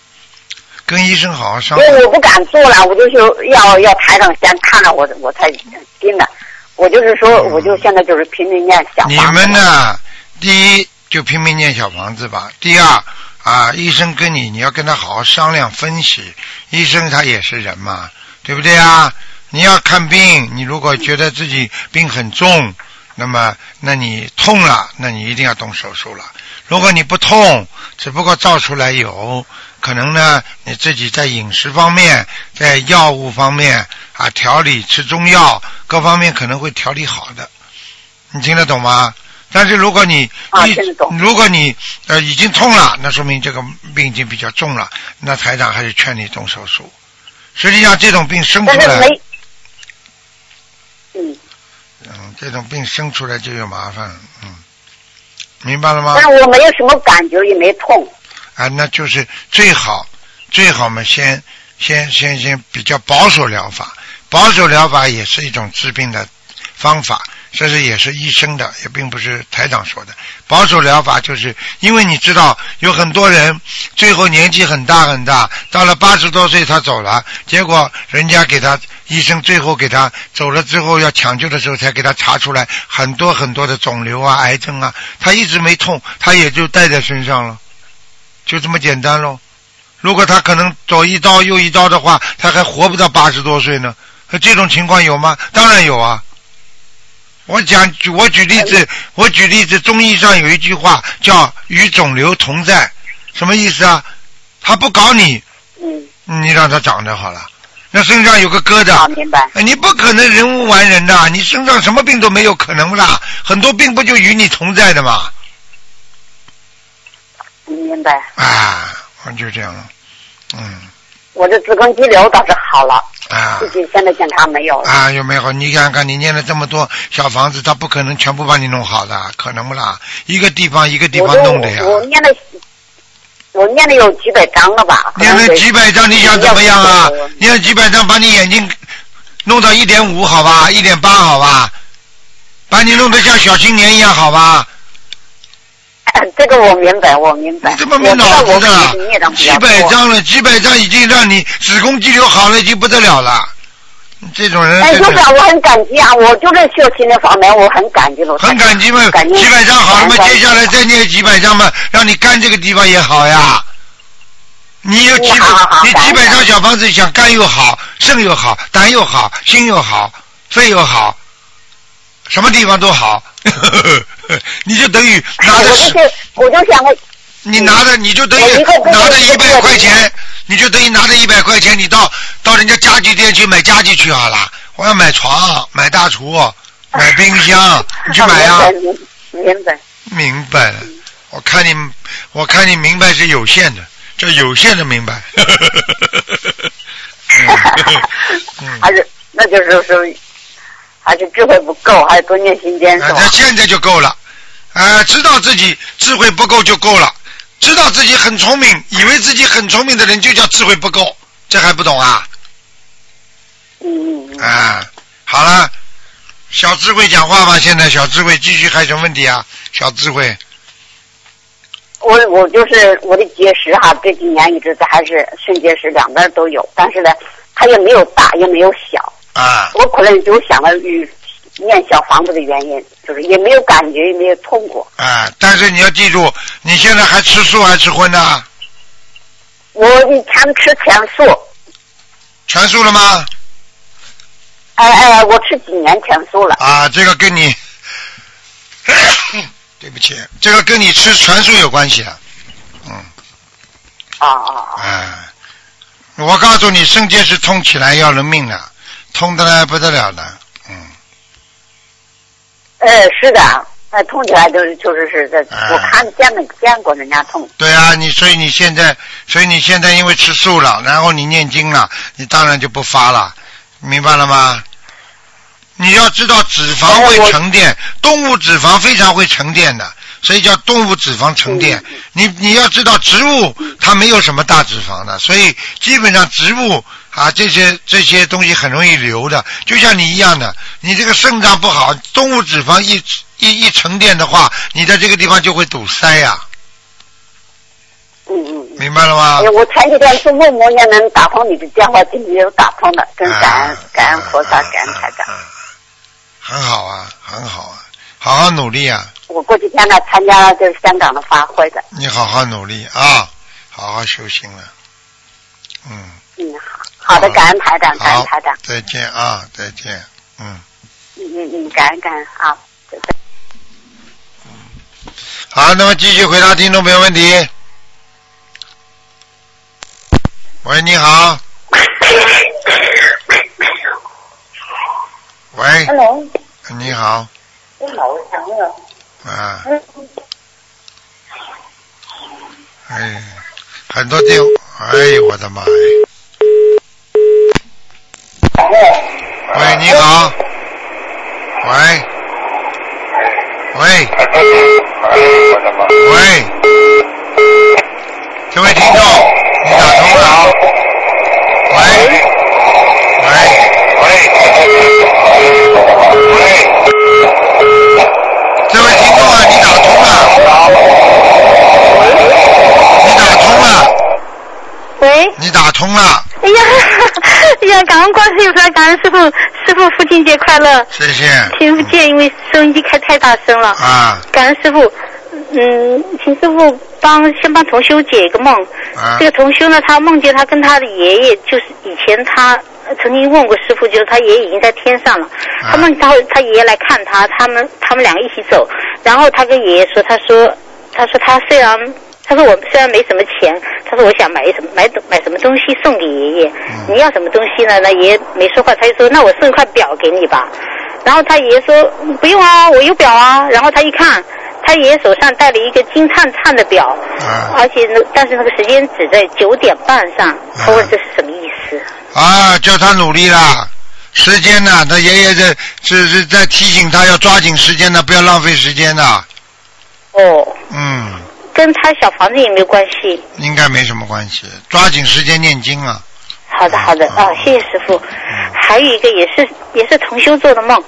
[SPEAKER 1] 跟医生好好商
[SPEAKER 8] 因为
[SPEAKER 1] 量。
[SPEAKER 8] 我不敢做了，我就是要要台上先看了我我才定的。我就是说，我就现在就是拼命念小
[SPEAKER 1] 你
[SPEAKER 8] 房子
[SPEAKER 1] 们呢，第一就拼命念小房子吧。第二啊，医生跟你，你要跟他好好商量分析。医生他也是人嘛，对不对啊？你要看病，你如果觉得自己病很重，那么那你痛了，那你一定要动手术了。如果你不痛，只不过照出来有可能呢，你自己在饮食方面、在药物方面啊调理，吃中药各方面可能会调理好的。你听得懂吗？但是如果你
[SPEAKER 8] 啊，
[SPEAKER 1] 一
[SPEAKER 8] 听得懂。
[SPEAKER 1] 如果你呃已经痛了，那说明这个病已经比较重了，那台长还是劝你动手术。实际上，这种病生出
[SPEAKER 8] 但是
[SPEAKER 1] 来，
[SPEAKER 8] 没，嗯，
[SPEAKER 1] 嗯，这种病生出来就有麻烦，嗯，明白了吗
[SPEAKER 8] 但？是我没有什么感觉，也没痛。
[SPEAKER 1] 啊，那就是最好最好嘛，先先先先比较保守疗法，保守疗法也是一种治病的方法，这是也是医生的，也并不是台长说的。保守疗法就是因为你知道有很多人最后年纪很大很大，到了八十多岁他走了，结果人家给他医生最后给他走了之后要抢救的时候才给他查出来很多很多的肿瘤啊、癌症啊，他一直没痛，他也就带在身上了。就这么简单喽。如果他可能左一刀右一刀的话，他还活不到八十多岁呢。那这种情况有吗？当然有啊。我讲，举我举例子，我举例子，中医上有一句话叫“与肿瘤同在”，什么意思啊？他不搞你，
[SPEAKER 8] 嗯，
[SPEAKER 1] 你让他长着好了。那身上有个疙瘩
[SPEAKER 8] 啊，，明白。
[SPEAKER 1] 哎，你不可能人无完人的，你身上什么病都没有，可能不啦？很多病不就与你同在的嘛？
[SPEAKER 8] 明白。
[SPEAKER 1] 啊，我就这样了，嗯，
[SPEAKER 8] 我的子宫肌瘤倒是好了，
[SPEAKER 1] 啊。
[SPEAKER 8] 自己现在检查没有了。
[SPEAKER 1] 啊，有没有？你想想看，你念了这么多小房子，他不可能全部帮你弄好的，可能不啦？一个地方一个地
[SPEAKER 8] 我
[SPEAKER 1] 方
[SPEAKER 8] 都
[SPEAKER 1] 弄的呀。
[SPEAKER 8] 我念了，我念了有几百张了吧？
[SPEAKER 1] 念了几百张，你想怎么样啊
[SPEAKER 8] 可能得？
[SPEAKER 1] 念了几百张，把你眼睛弄到一点五好吧，一点八好吧，把你弄得像小青年一样好吧？
[SPEAKER 8] 这个我明白，我明白。
[SPEAKER 1] 你怎么没脑子
[SPEAKER 8] 我知
[SPEAKER 1] 的
[SPEAKER 8] 道
[SPEAKER 1] 啦
[SPEAKER 8] 我自己孽障？比
[SPEAKER 1] 几
[SPEAKER 8] 较多
[SPEAKER 1] 百张了，几百张已经让你子宫肌瘤好了，已经不得了了。这种人，
[SPEAKER 8] 哎，
[SPEAKER 1] 这
[SPEAKER 8] 就
[SPEAKER 1] 种
[SPEAKER 8] 是啊我很感激啊，我就是修心灵方面，我很感激了。
[SPEAKER 1] 很感激嘛，
[SPEAKER 8] 感激
[SPEAKER 1] 几百张好了嘛，
[SPEAKER 8] 感
[SPEAKER 1] 接
[SPEAKER 8] 恩
[SPEAKER 1] 下来再念几百张嘛，让你肝这个地方也好呀。你有几百
[SPEAKER 8] 嗯好好，好
[SPEAKER 1] 你
[SPEAKER 8] 感
[SPEAKER 1] 几
[SPEAKER 8] 恩
[SPEAKER 1] 百张小房子，想肝又好，肾又好，胆又好，心又好，肺又好，什么地方都好， 你就等于拿
[SPEAKER 8] 我
[SPEAKER 1] 着
[SPEAKER 8] 就
[SPEAKER 1] 十，
[SPEAKER 8] 是，我就想着
[SPEAKER 1] 你拿着你就等
[SPEAKER 8] 我
[SPEAKER 1] 于
[SPEAKER 8] 一个工作
[SPEAKER 1] 拿着一
[SPEAKER 8] 一个
[SPEAKER 1] 百块
[SPEAKER 8] 人
[SPEAKER 1] 钱，你就等于拿着一百块钱，你到到人家家具店去买家具去好了。我要买床，买大厨，买冰箱，你去买呀、
[SPEAKER 8] 啊 明白明白，
[SPEAKER 1] 明白了，我看你，我看你明白是有限的，这有限的明白。嗯
[SPEAKER 8] 还是那就是说，还是智慧不够，还是多念心经
[SPEAKER 1] 嗯，
[SPEAKER 8] 是
[SPEAKER 1] 啊，那
[SPEAKER 8] 吧？
[SPEAKER 1] 现在就够了，啊，知道自己智慧不够就够了，知道自己很聪明，以为自己很聪明的人就叫智慧不够，这还不懂啊？
[SPEAKER 8] 嗯嗯嗯，
[SPEAKER 1] 啊，好了，小智慧讲话吧，现在小智慧继续还有什么问题啊？小智慧，
[SPEAKER 8] 我我就是我的结石哈，这几年一直在还是肾结石两边都有，但是呢，它也没有大也没有小，
[SPEAKER 1] 啊，
[SPEAKER 8] 我可能就想了与念小房子的原因，就是也没有感觉，也没有痛过。
[SPEAKER 1] 啊，但是你要记住，你现在还吃素还吃荤呢、
[SPEAKER 8] 我以前吃全素，
[SPEAKER 1] 全素了吗？
[SPEAKER 8] 哎哎，我吃几年全素了。
[SPEAKER 1] 啊，这个跟你， 对不起，这个跟你吃全素有关系的。嗯，
[SPEAKER 8] 啊啊啊！
[SPEAKER 1] 哎，我告诉你，肾结石痛起来要人命的，痛的来不得了的。嗯，
[SPEAKER 8] 呃，是的，那痛起来就是就是是在，我看见没见过人家痛，
[SPEAKER 1] 对啊，你所以你现在，所以你现在因为吃素了，然后你念经了，你当然就不发了，明白了吗？你要知道脂肪会沉淀，动物脂肪非常会沉淀的，所以叫动物脂肪沉淀。你你要知道植物它没有什么大脂肪的，所以基本上植物啊这些这些东西很容易流的，就像你一样的，你这个肾脏不好，动物脂肪一一一沉淀的话，你在这个地方就会堵塞呀、
[SPEAKER 8] 嗯嗯。
[SPEAKER 1] 明白了吗
[SPEAKER 8] 哎？呀，我前几天做梦，梦见能打通你的电话，今天又打通了，真感
[SPEAKER 1] 啊
[SPEAKER 8] 恩感恩菩萨，感恩台长。
[SPEAKER 1] 很好啊，很好啊，好好努力啊，
[SPEAKER 8] 我过几天呢参加就是香港的发会的，
[SPEAKER 1] 你好好努力啊，好好修行了。嗯，
[SPEAKER 8] 嗯，好的，感恩台长，感
[SPEAKER 1] 好
[SPEAKER 8] 恩台长，，
[SPEAKER 1] 再见啊，再见，嗯。
[SPEAKER 8] 嗯嗯嗯，感恩感恩啊。
[SPEAKER 1] 好，那么继续回答听众朋友问题。喂，你好。喂，
[SPEAKER 9] Hello，
[SPEAKER 1] 你好，
[SPEAKER 9] 你好，我想问，
[SPEAKER 1] 啊，
[SPEAKER 9] 嗯，
[SPEAKER 1] 哎，很多电，哎呦我的妈呀！喂，你好。喂。喂。喂。这位听众，你打通了？喂。这位听众啊，你打通了？你打通了？
[SPEAKER 10] 喂，
[SPEAKER 1] 你打通了，
[SPEAKER 10] 哎呀，哎呀，感恩观世音菩萨，感恩师傅，师傅父亲节快乐！
[SPEAKER 1] 谢谢。
[SPEAKER 10] 请不见，因为收音机开太大声了。
[SPEAKER 1] 啊
[SPEAKER 10] 感恩师傅，嗯，请师傅帮先帮同修解一个梦。
[SPEAKER 1] 啊
[SPEAKER 10] 这个同修呢，他梦见他跟他的爷爷，就是以前他呃曾经问过师傅，就是他爷爷已经在天上了。他梦见他他爷爷来看他，他们他们两个一起走，然后他跟爷爷说，他说他说他虽然。他说我虽然没什么钱，他说我想买什么买买什么东西送给爷爷。
[SPEAKER 1] 嗯
[SPEAKER 10] 你要什么东西呢？那爷爷没说话，他就说那我送一块表给你吧。然后他爷爷说嗯不用啊，我有表啊。然后他一看，他爷爷手上戴了一个金灿灿的表，
[SPEAKER 1] 啊
[SPEAKER 10] 而且呢，但是那个时间只在九点半上。他问这是什么意思？
[SPEAKER 1] 啊，叫他努力啦。时间呐、他爷爷在是是在提醒他要抓紧时间呢，不要浪费时间呐、
[SPEAKER 10] 哦，
[SPEAKER 1] 嗯，
[SPEAKER 10] 跟他小房子也没有关系。
[SPEAKER 1] 应该没什么关系，抓紧时间念经啊。
[SPEAKER 10] 好的，好的啊，谢谢师傅。还有一个也是也是同修做的梦，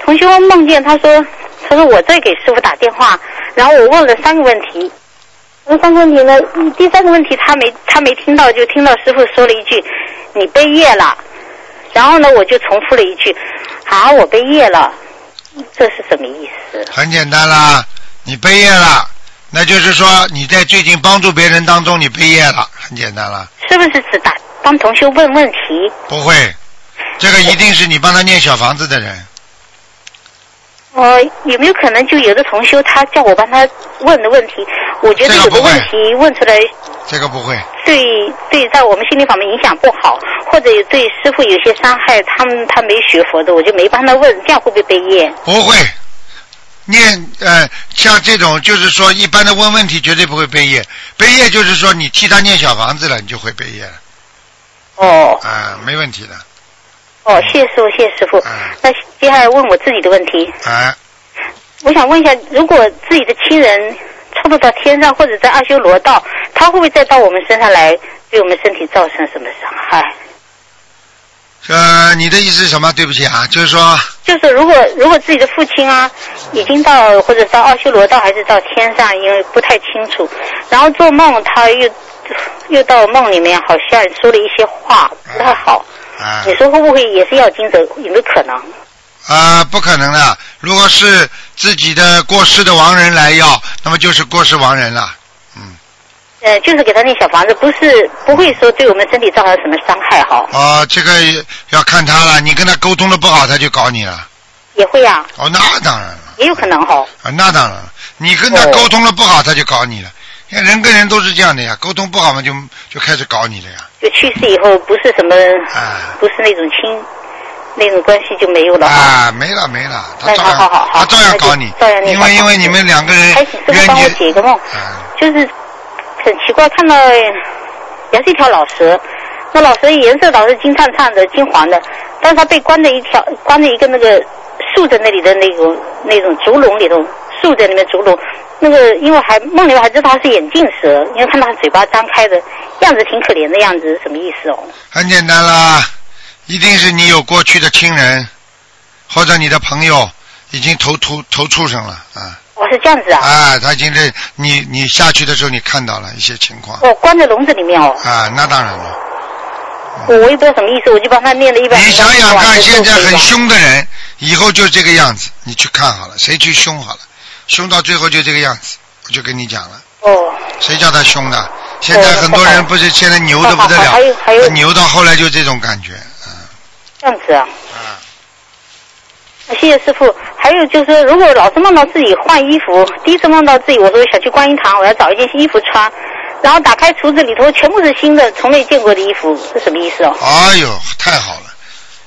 [SPEAKER 10] 同修梦见他说，他说我在给师傅打电话，然后我问了三个问题，那三个问题呢，嗯第三个问题他没他没听到，就听到师傅说了一句你被业了，然后呢我就重复了一句啊我被业了，这是什么意思？
[SPEAKER 1] 很简单啦，你背业了，那就是说你在最近帮助别人当中你背业了，很简单啦。
[SPEAKER 10] 是不是指打帮同修问问题？
[SPEAKER 1] 不会，这个一定是你帮他念小房子的人，
[SPEAKER 10] 呃，有没有可能就有的同修他叫我帮他问的问题，我觉得有的问题问出来
[SPEAKER 1] 这个不会。
[SPEAKER 10] 对对在我们心理方面影响不好，或者对师傅有些伤害，他们他没学佛的，我就没帮他问，这样会不会被业？
[SPEAKER 1] 不会，念呃，像这种就是说一般的问问题绝对不会背业，背业就是说你替他念小房子了，你就会背业了。
[SPEAKER 10] 哦。
[SPEAKER 1] 啊、没问题的，
[SPEAKER 10] 哦，谢谢师傅，谢谢师傅。那接下来问我自己的问题，
[SPEAKER 1] 啊、
[SPEAKER 10] 我想问一下，如果自己的亲人超度到天上或者在阿修罗道，他会不会再到我们身上来，对我们身体造成什么伤害？
[SPEAKER 1] 呃，你的意思是什么？对不起啊，就是说
[SPEAKER 10] 就是如果如果自己的父亲啊，已经到或者到奥修罗道还是到天上，因为不太清楚。然后做梦，他又又到梦里面，好像说了一些话不太好。
[SPEAKER 1] 啊、
[SPEAKER 10] 你说会不会也是要经者？有没有可能？
[SPEAKER 1] 啊、不可能的。如果是自己的过世的亡人来要，那么就是过世亡人了。
[SPEAKER 10] 呃，就是给他那小房子，不是不会说对我们身体造成什么伤害哈，
[SPEAKER 1] 哦、这个要看他了。你跟他沟通的不好，他就搞你了。
[SPEAKER 10] 也会啊，
[SPEAKER 1] 哦，那当然了，
[SPEAKER 10] 也有可能哈。
[SPEAKER 1] 啊，那当然了。你跟
[SPEAKER 10] 哦
[SPEAKER 1] 他沟通的不好，他就搞你了。看人跟人都是这样的呀，沟通不好嘛，就就开始搞你了呀。
[SPEAKER 10] 就去世以后不是什么，
[SPEAKER 1] 啊
[SPEAKER 10] 不是那种亲那种关系就没有了哈。
[SPEAKER 1] 啊，没了没了，他
[SPEAKER 10] 那
[SPEAKER 1] 照
[SPEAKER 10] 好好
[SPEAKER 1] 样
[SPEAKER 10] 好好，
[SPEAKER 1] 他照样搞你
[SPEAKER 10] 那就照样，那
[SPEAKER 1] 因
[SPEAKER 10] 个
[SPEAKER 1] 为
[SPEAKER 10] 好
[SPEAKER 1] 因为你们两个人
[SPEAKER 10] 还请师傅
[SPEAKER 1] 冤
[SPEAKER 10] 帮我
[SPEAKER 1] 结，啊
[SPEAKER 10] 解一个梦，就是很奇怪，看到也是一条老蛇，那老蛇颜色老是金灿灿的、金黄的，但是它被关在一条关在一个那个竖着那里的那种那种竹笼里头，竖在里面竹笼。那个，因为还梦里面还知道它是眼镜蛇，因为看到它嘴巴张开的样子挺可怜的样子，什么意思哦？
[SPEAKER 1] 很简单啦，一定是你有过去的亲人或者你的朋友已经投畜投畜生了啊
[SPEAKER 10] 我是这样子啊，
[SPEAKER 1] 啊，他已经是你你下去的时候你看到了一些情况
[SPEAKER 10] 我关在笼子里面哦，
[SPEAKER 1] 啊，那当然了，
[SPEAKER 10] 我我也不知道什么意思，我就帮他念了一百零
[SPEAKER 1] 你
[SPEAKER 10] 八
[SPEAKER 1] 想想
[SPEAKER 10] 晚
[SPEAKER 1] 看，
[SPEAKER 10] 的时
[SPEAKER 1] 现
[SPEAKER 10] 候
[SPEAKER 1] 在
[SPEAKER 10] 可以
[SPEAKER 1] 很
[SPEAKER 10] 吧
[SPEAKER 1] 凶的人，以后就这个样子，你去看好了，谁去凶好了，凶到最后就这个样子，我就跟你讲了，
[SPEAKER 10] 哦，
[SPEAKER 1] 谁叫他凶的？现在很多人不是现在牛的不得
[SPEAKER 10] 好好好还有还有
[SPEAKER 1] 了，牛到后来就这种感觉。
[SPEAKER 10] 这样子啊。谢谢师傅。还有就是，如果老是梦到自己换衣服，第一次梦到自己，我说想去观音堂，我要找一件新衣服穿，然后打开橱子里头全部是新的，从没见过的衣服，是什么意思哦？
[SPEAKER 1] 哎呦，太好了，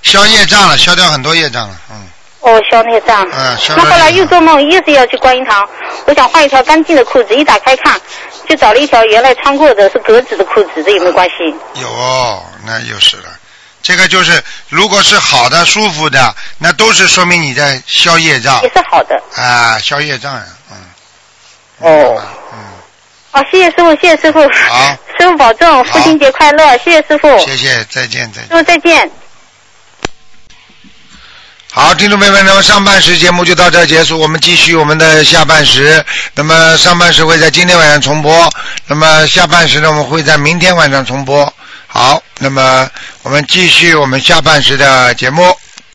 [SPEAKER 1] 消业障了，消掉很多业障了，嗯
[SPEAKER 10] 哦，消那个账。
[SPEAKER 1] 嗯，消
[SPEAKER 10] 那
[SPEAKER 1] 掉
[SPEAKER 10] 后来又做梦，又是要去观音堂，我想换一条干净的裤子，一打开看，就找了一条原来穿过的是格子的裤子，这有没有关系？
[SPEAKER 1] 有、哦，那又是了。这个就是，如果是好的、舒服的，那都是说明你在消业障。也
[SPEAKER 10] 是好的。
[SPEAKER 1] 啊，消业障呀、嗯
[SPEAKER 10] 哦。
[SPEAKER 1] 啊
[SPEAKER 10] 好，哦谢谢师傅，谢谢师傅。
[SPEAKER 1] 好。
[SPEAKER 10] 师傅保重，父亲节快乐，谢谢师傅。
[SPEAKER 1] 谢谢，再见，再见。
[SPEAKER 10] 师傅再见。
[SPEAKER 1] 好，听众朋友们，那么上半时节目就到这儿结束，我们继续我们的下半时。那么上半时会在今天晚上重播，那么下半时呢，我们会在明天晚上重播。好，那么我们继续我们下半时的节目。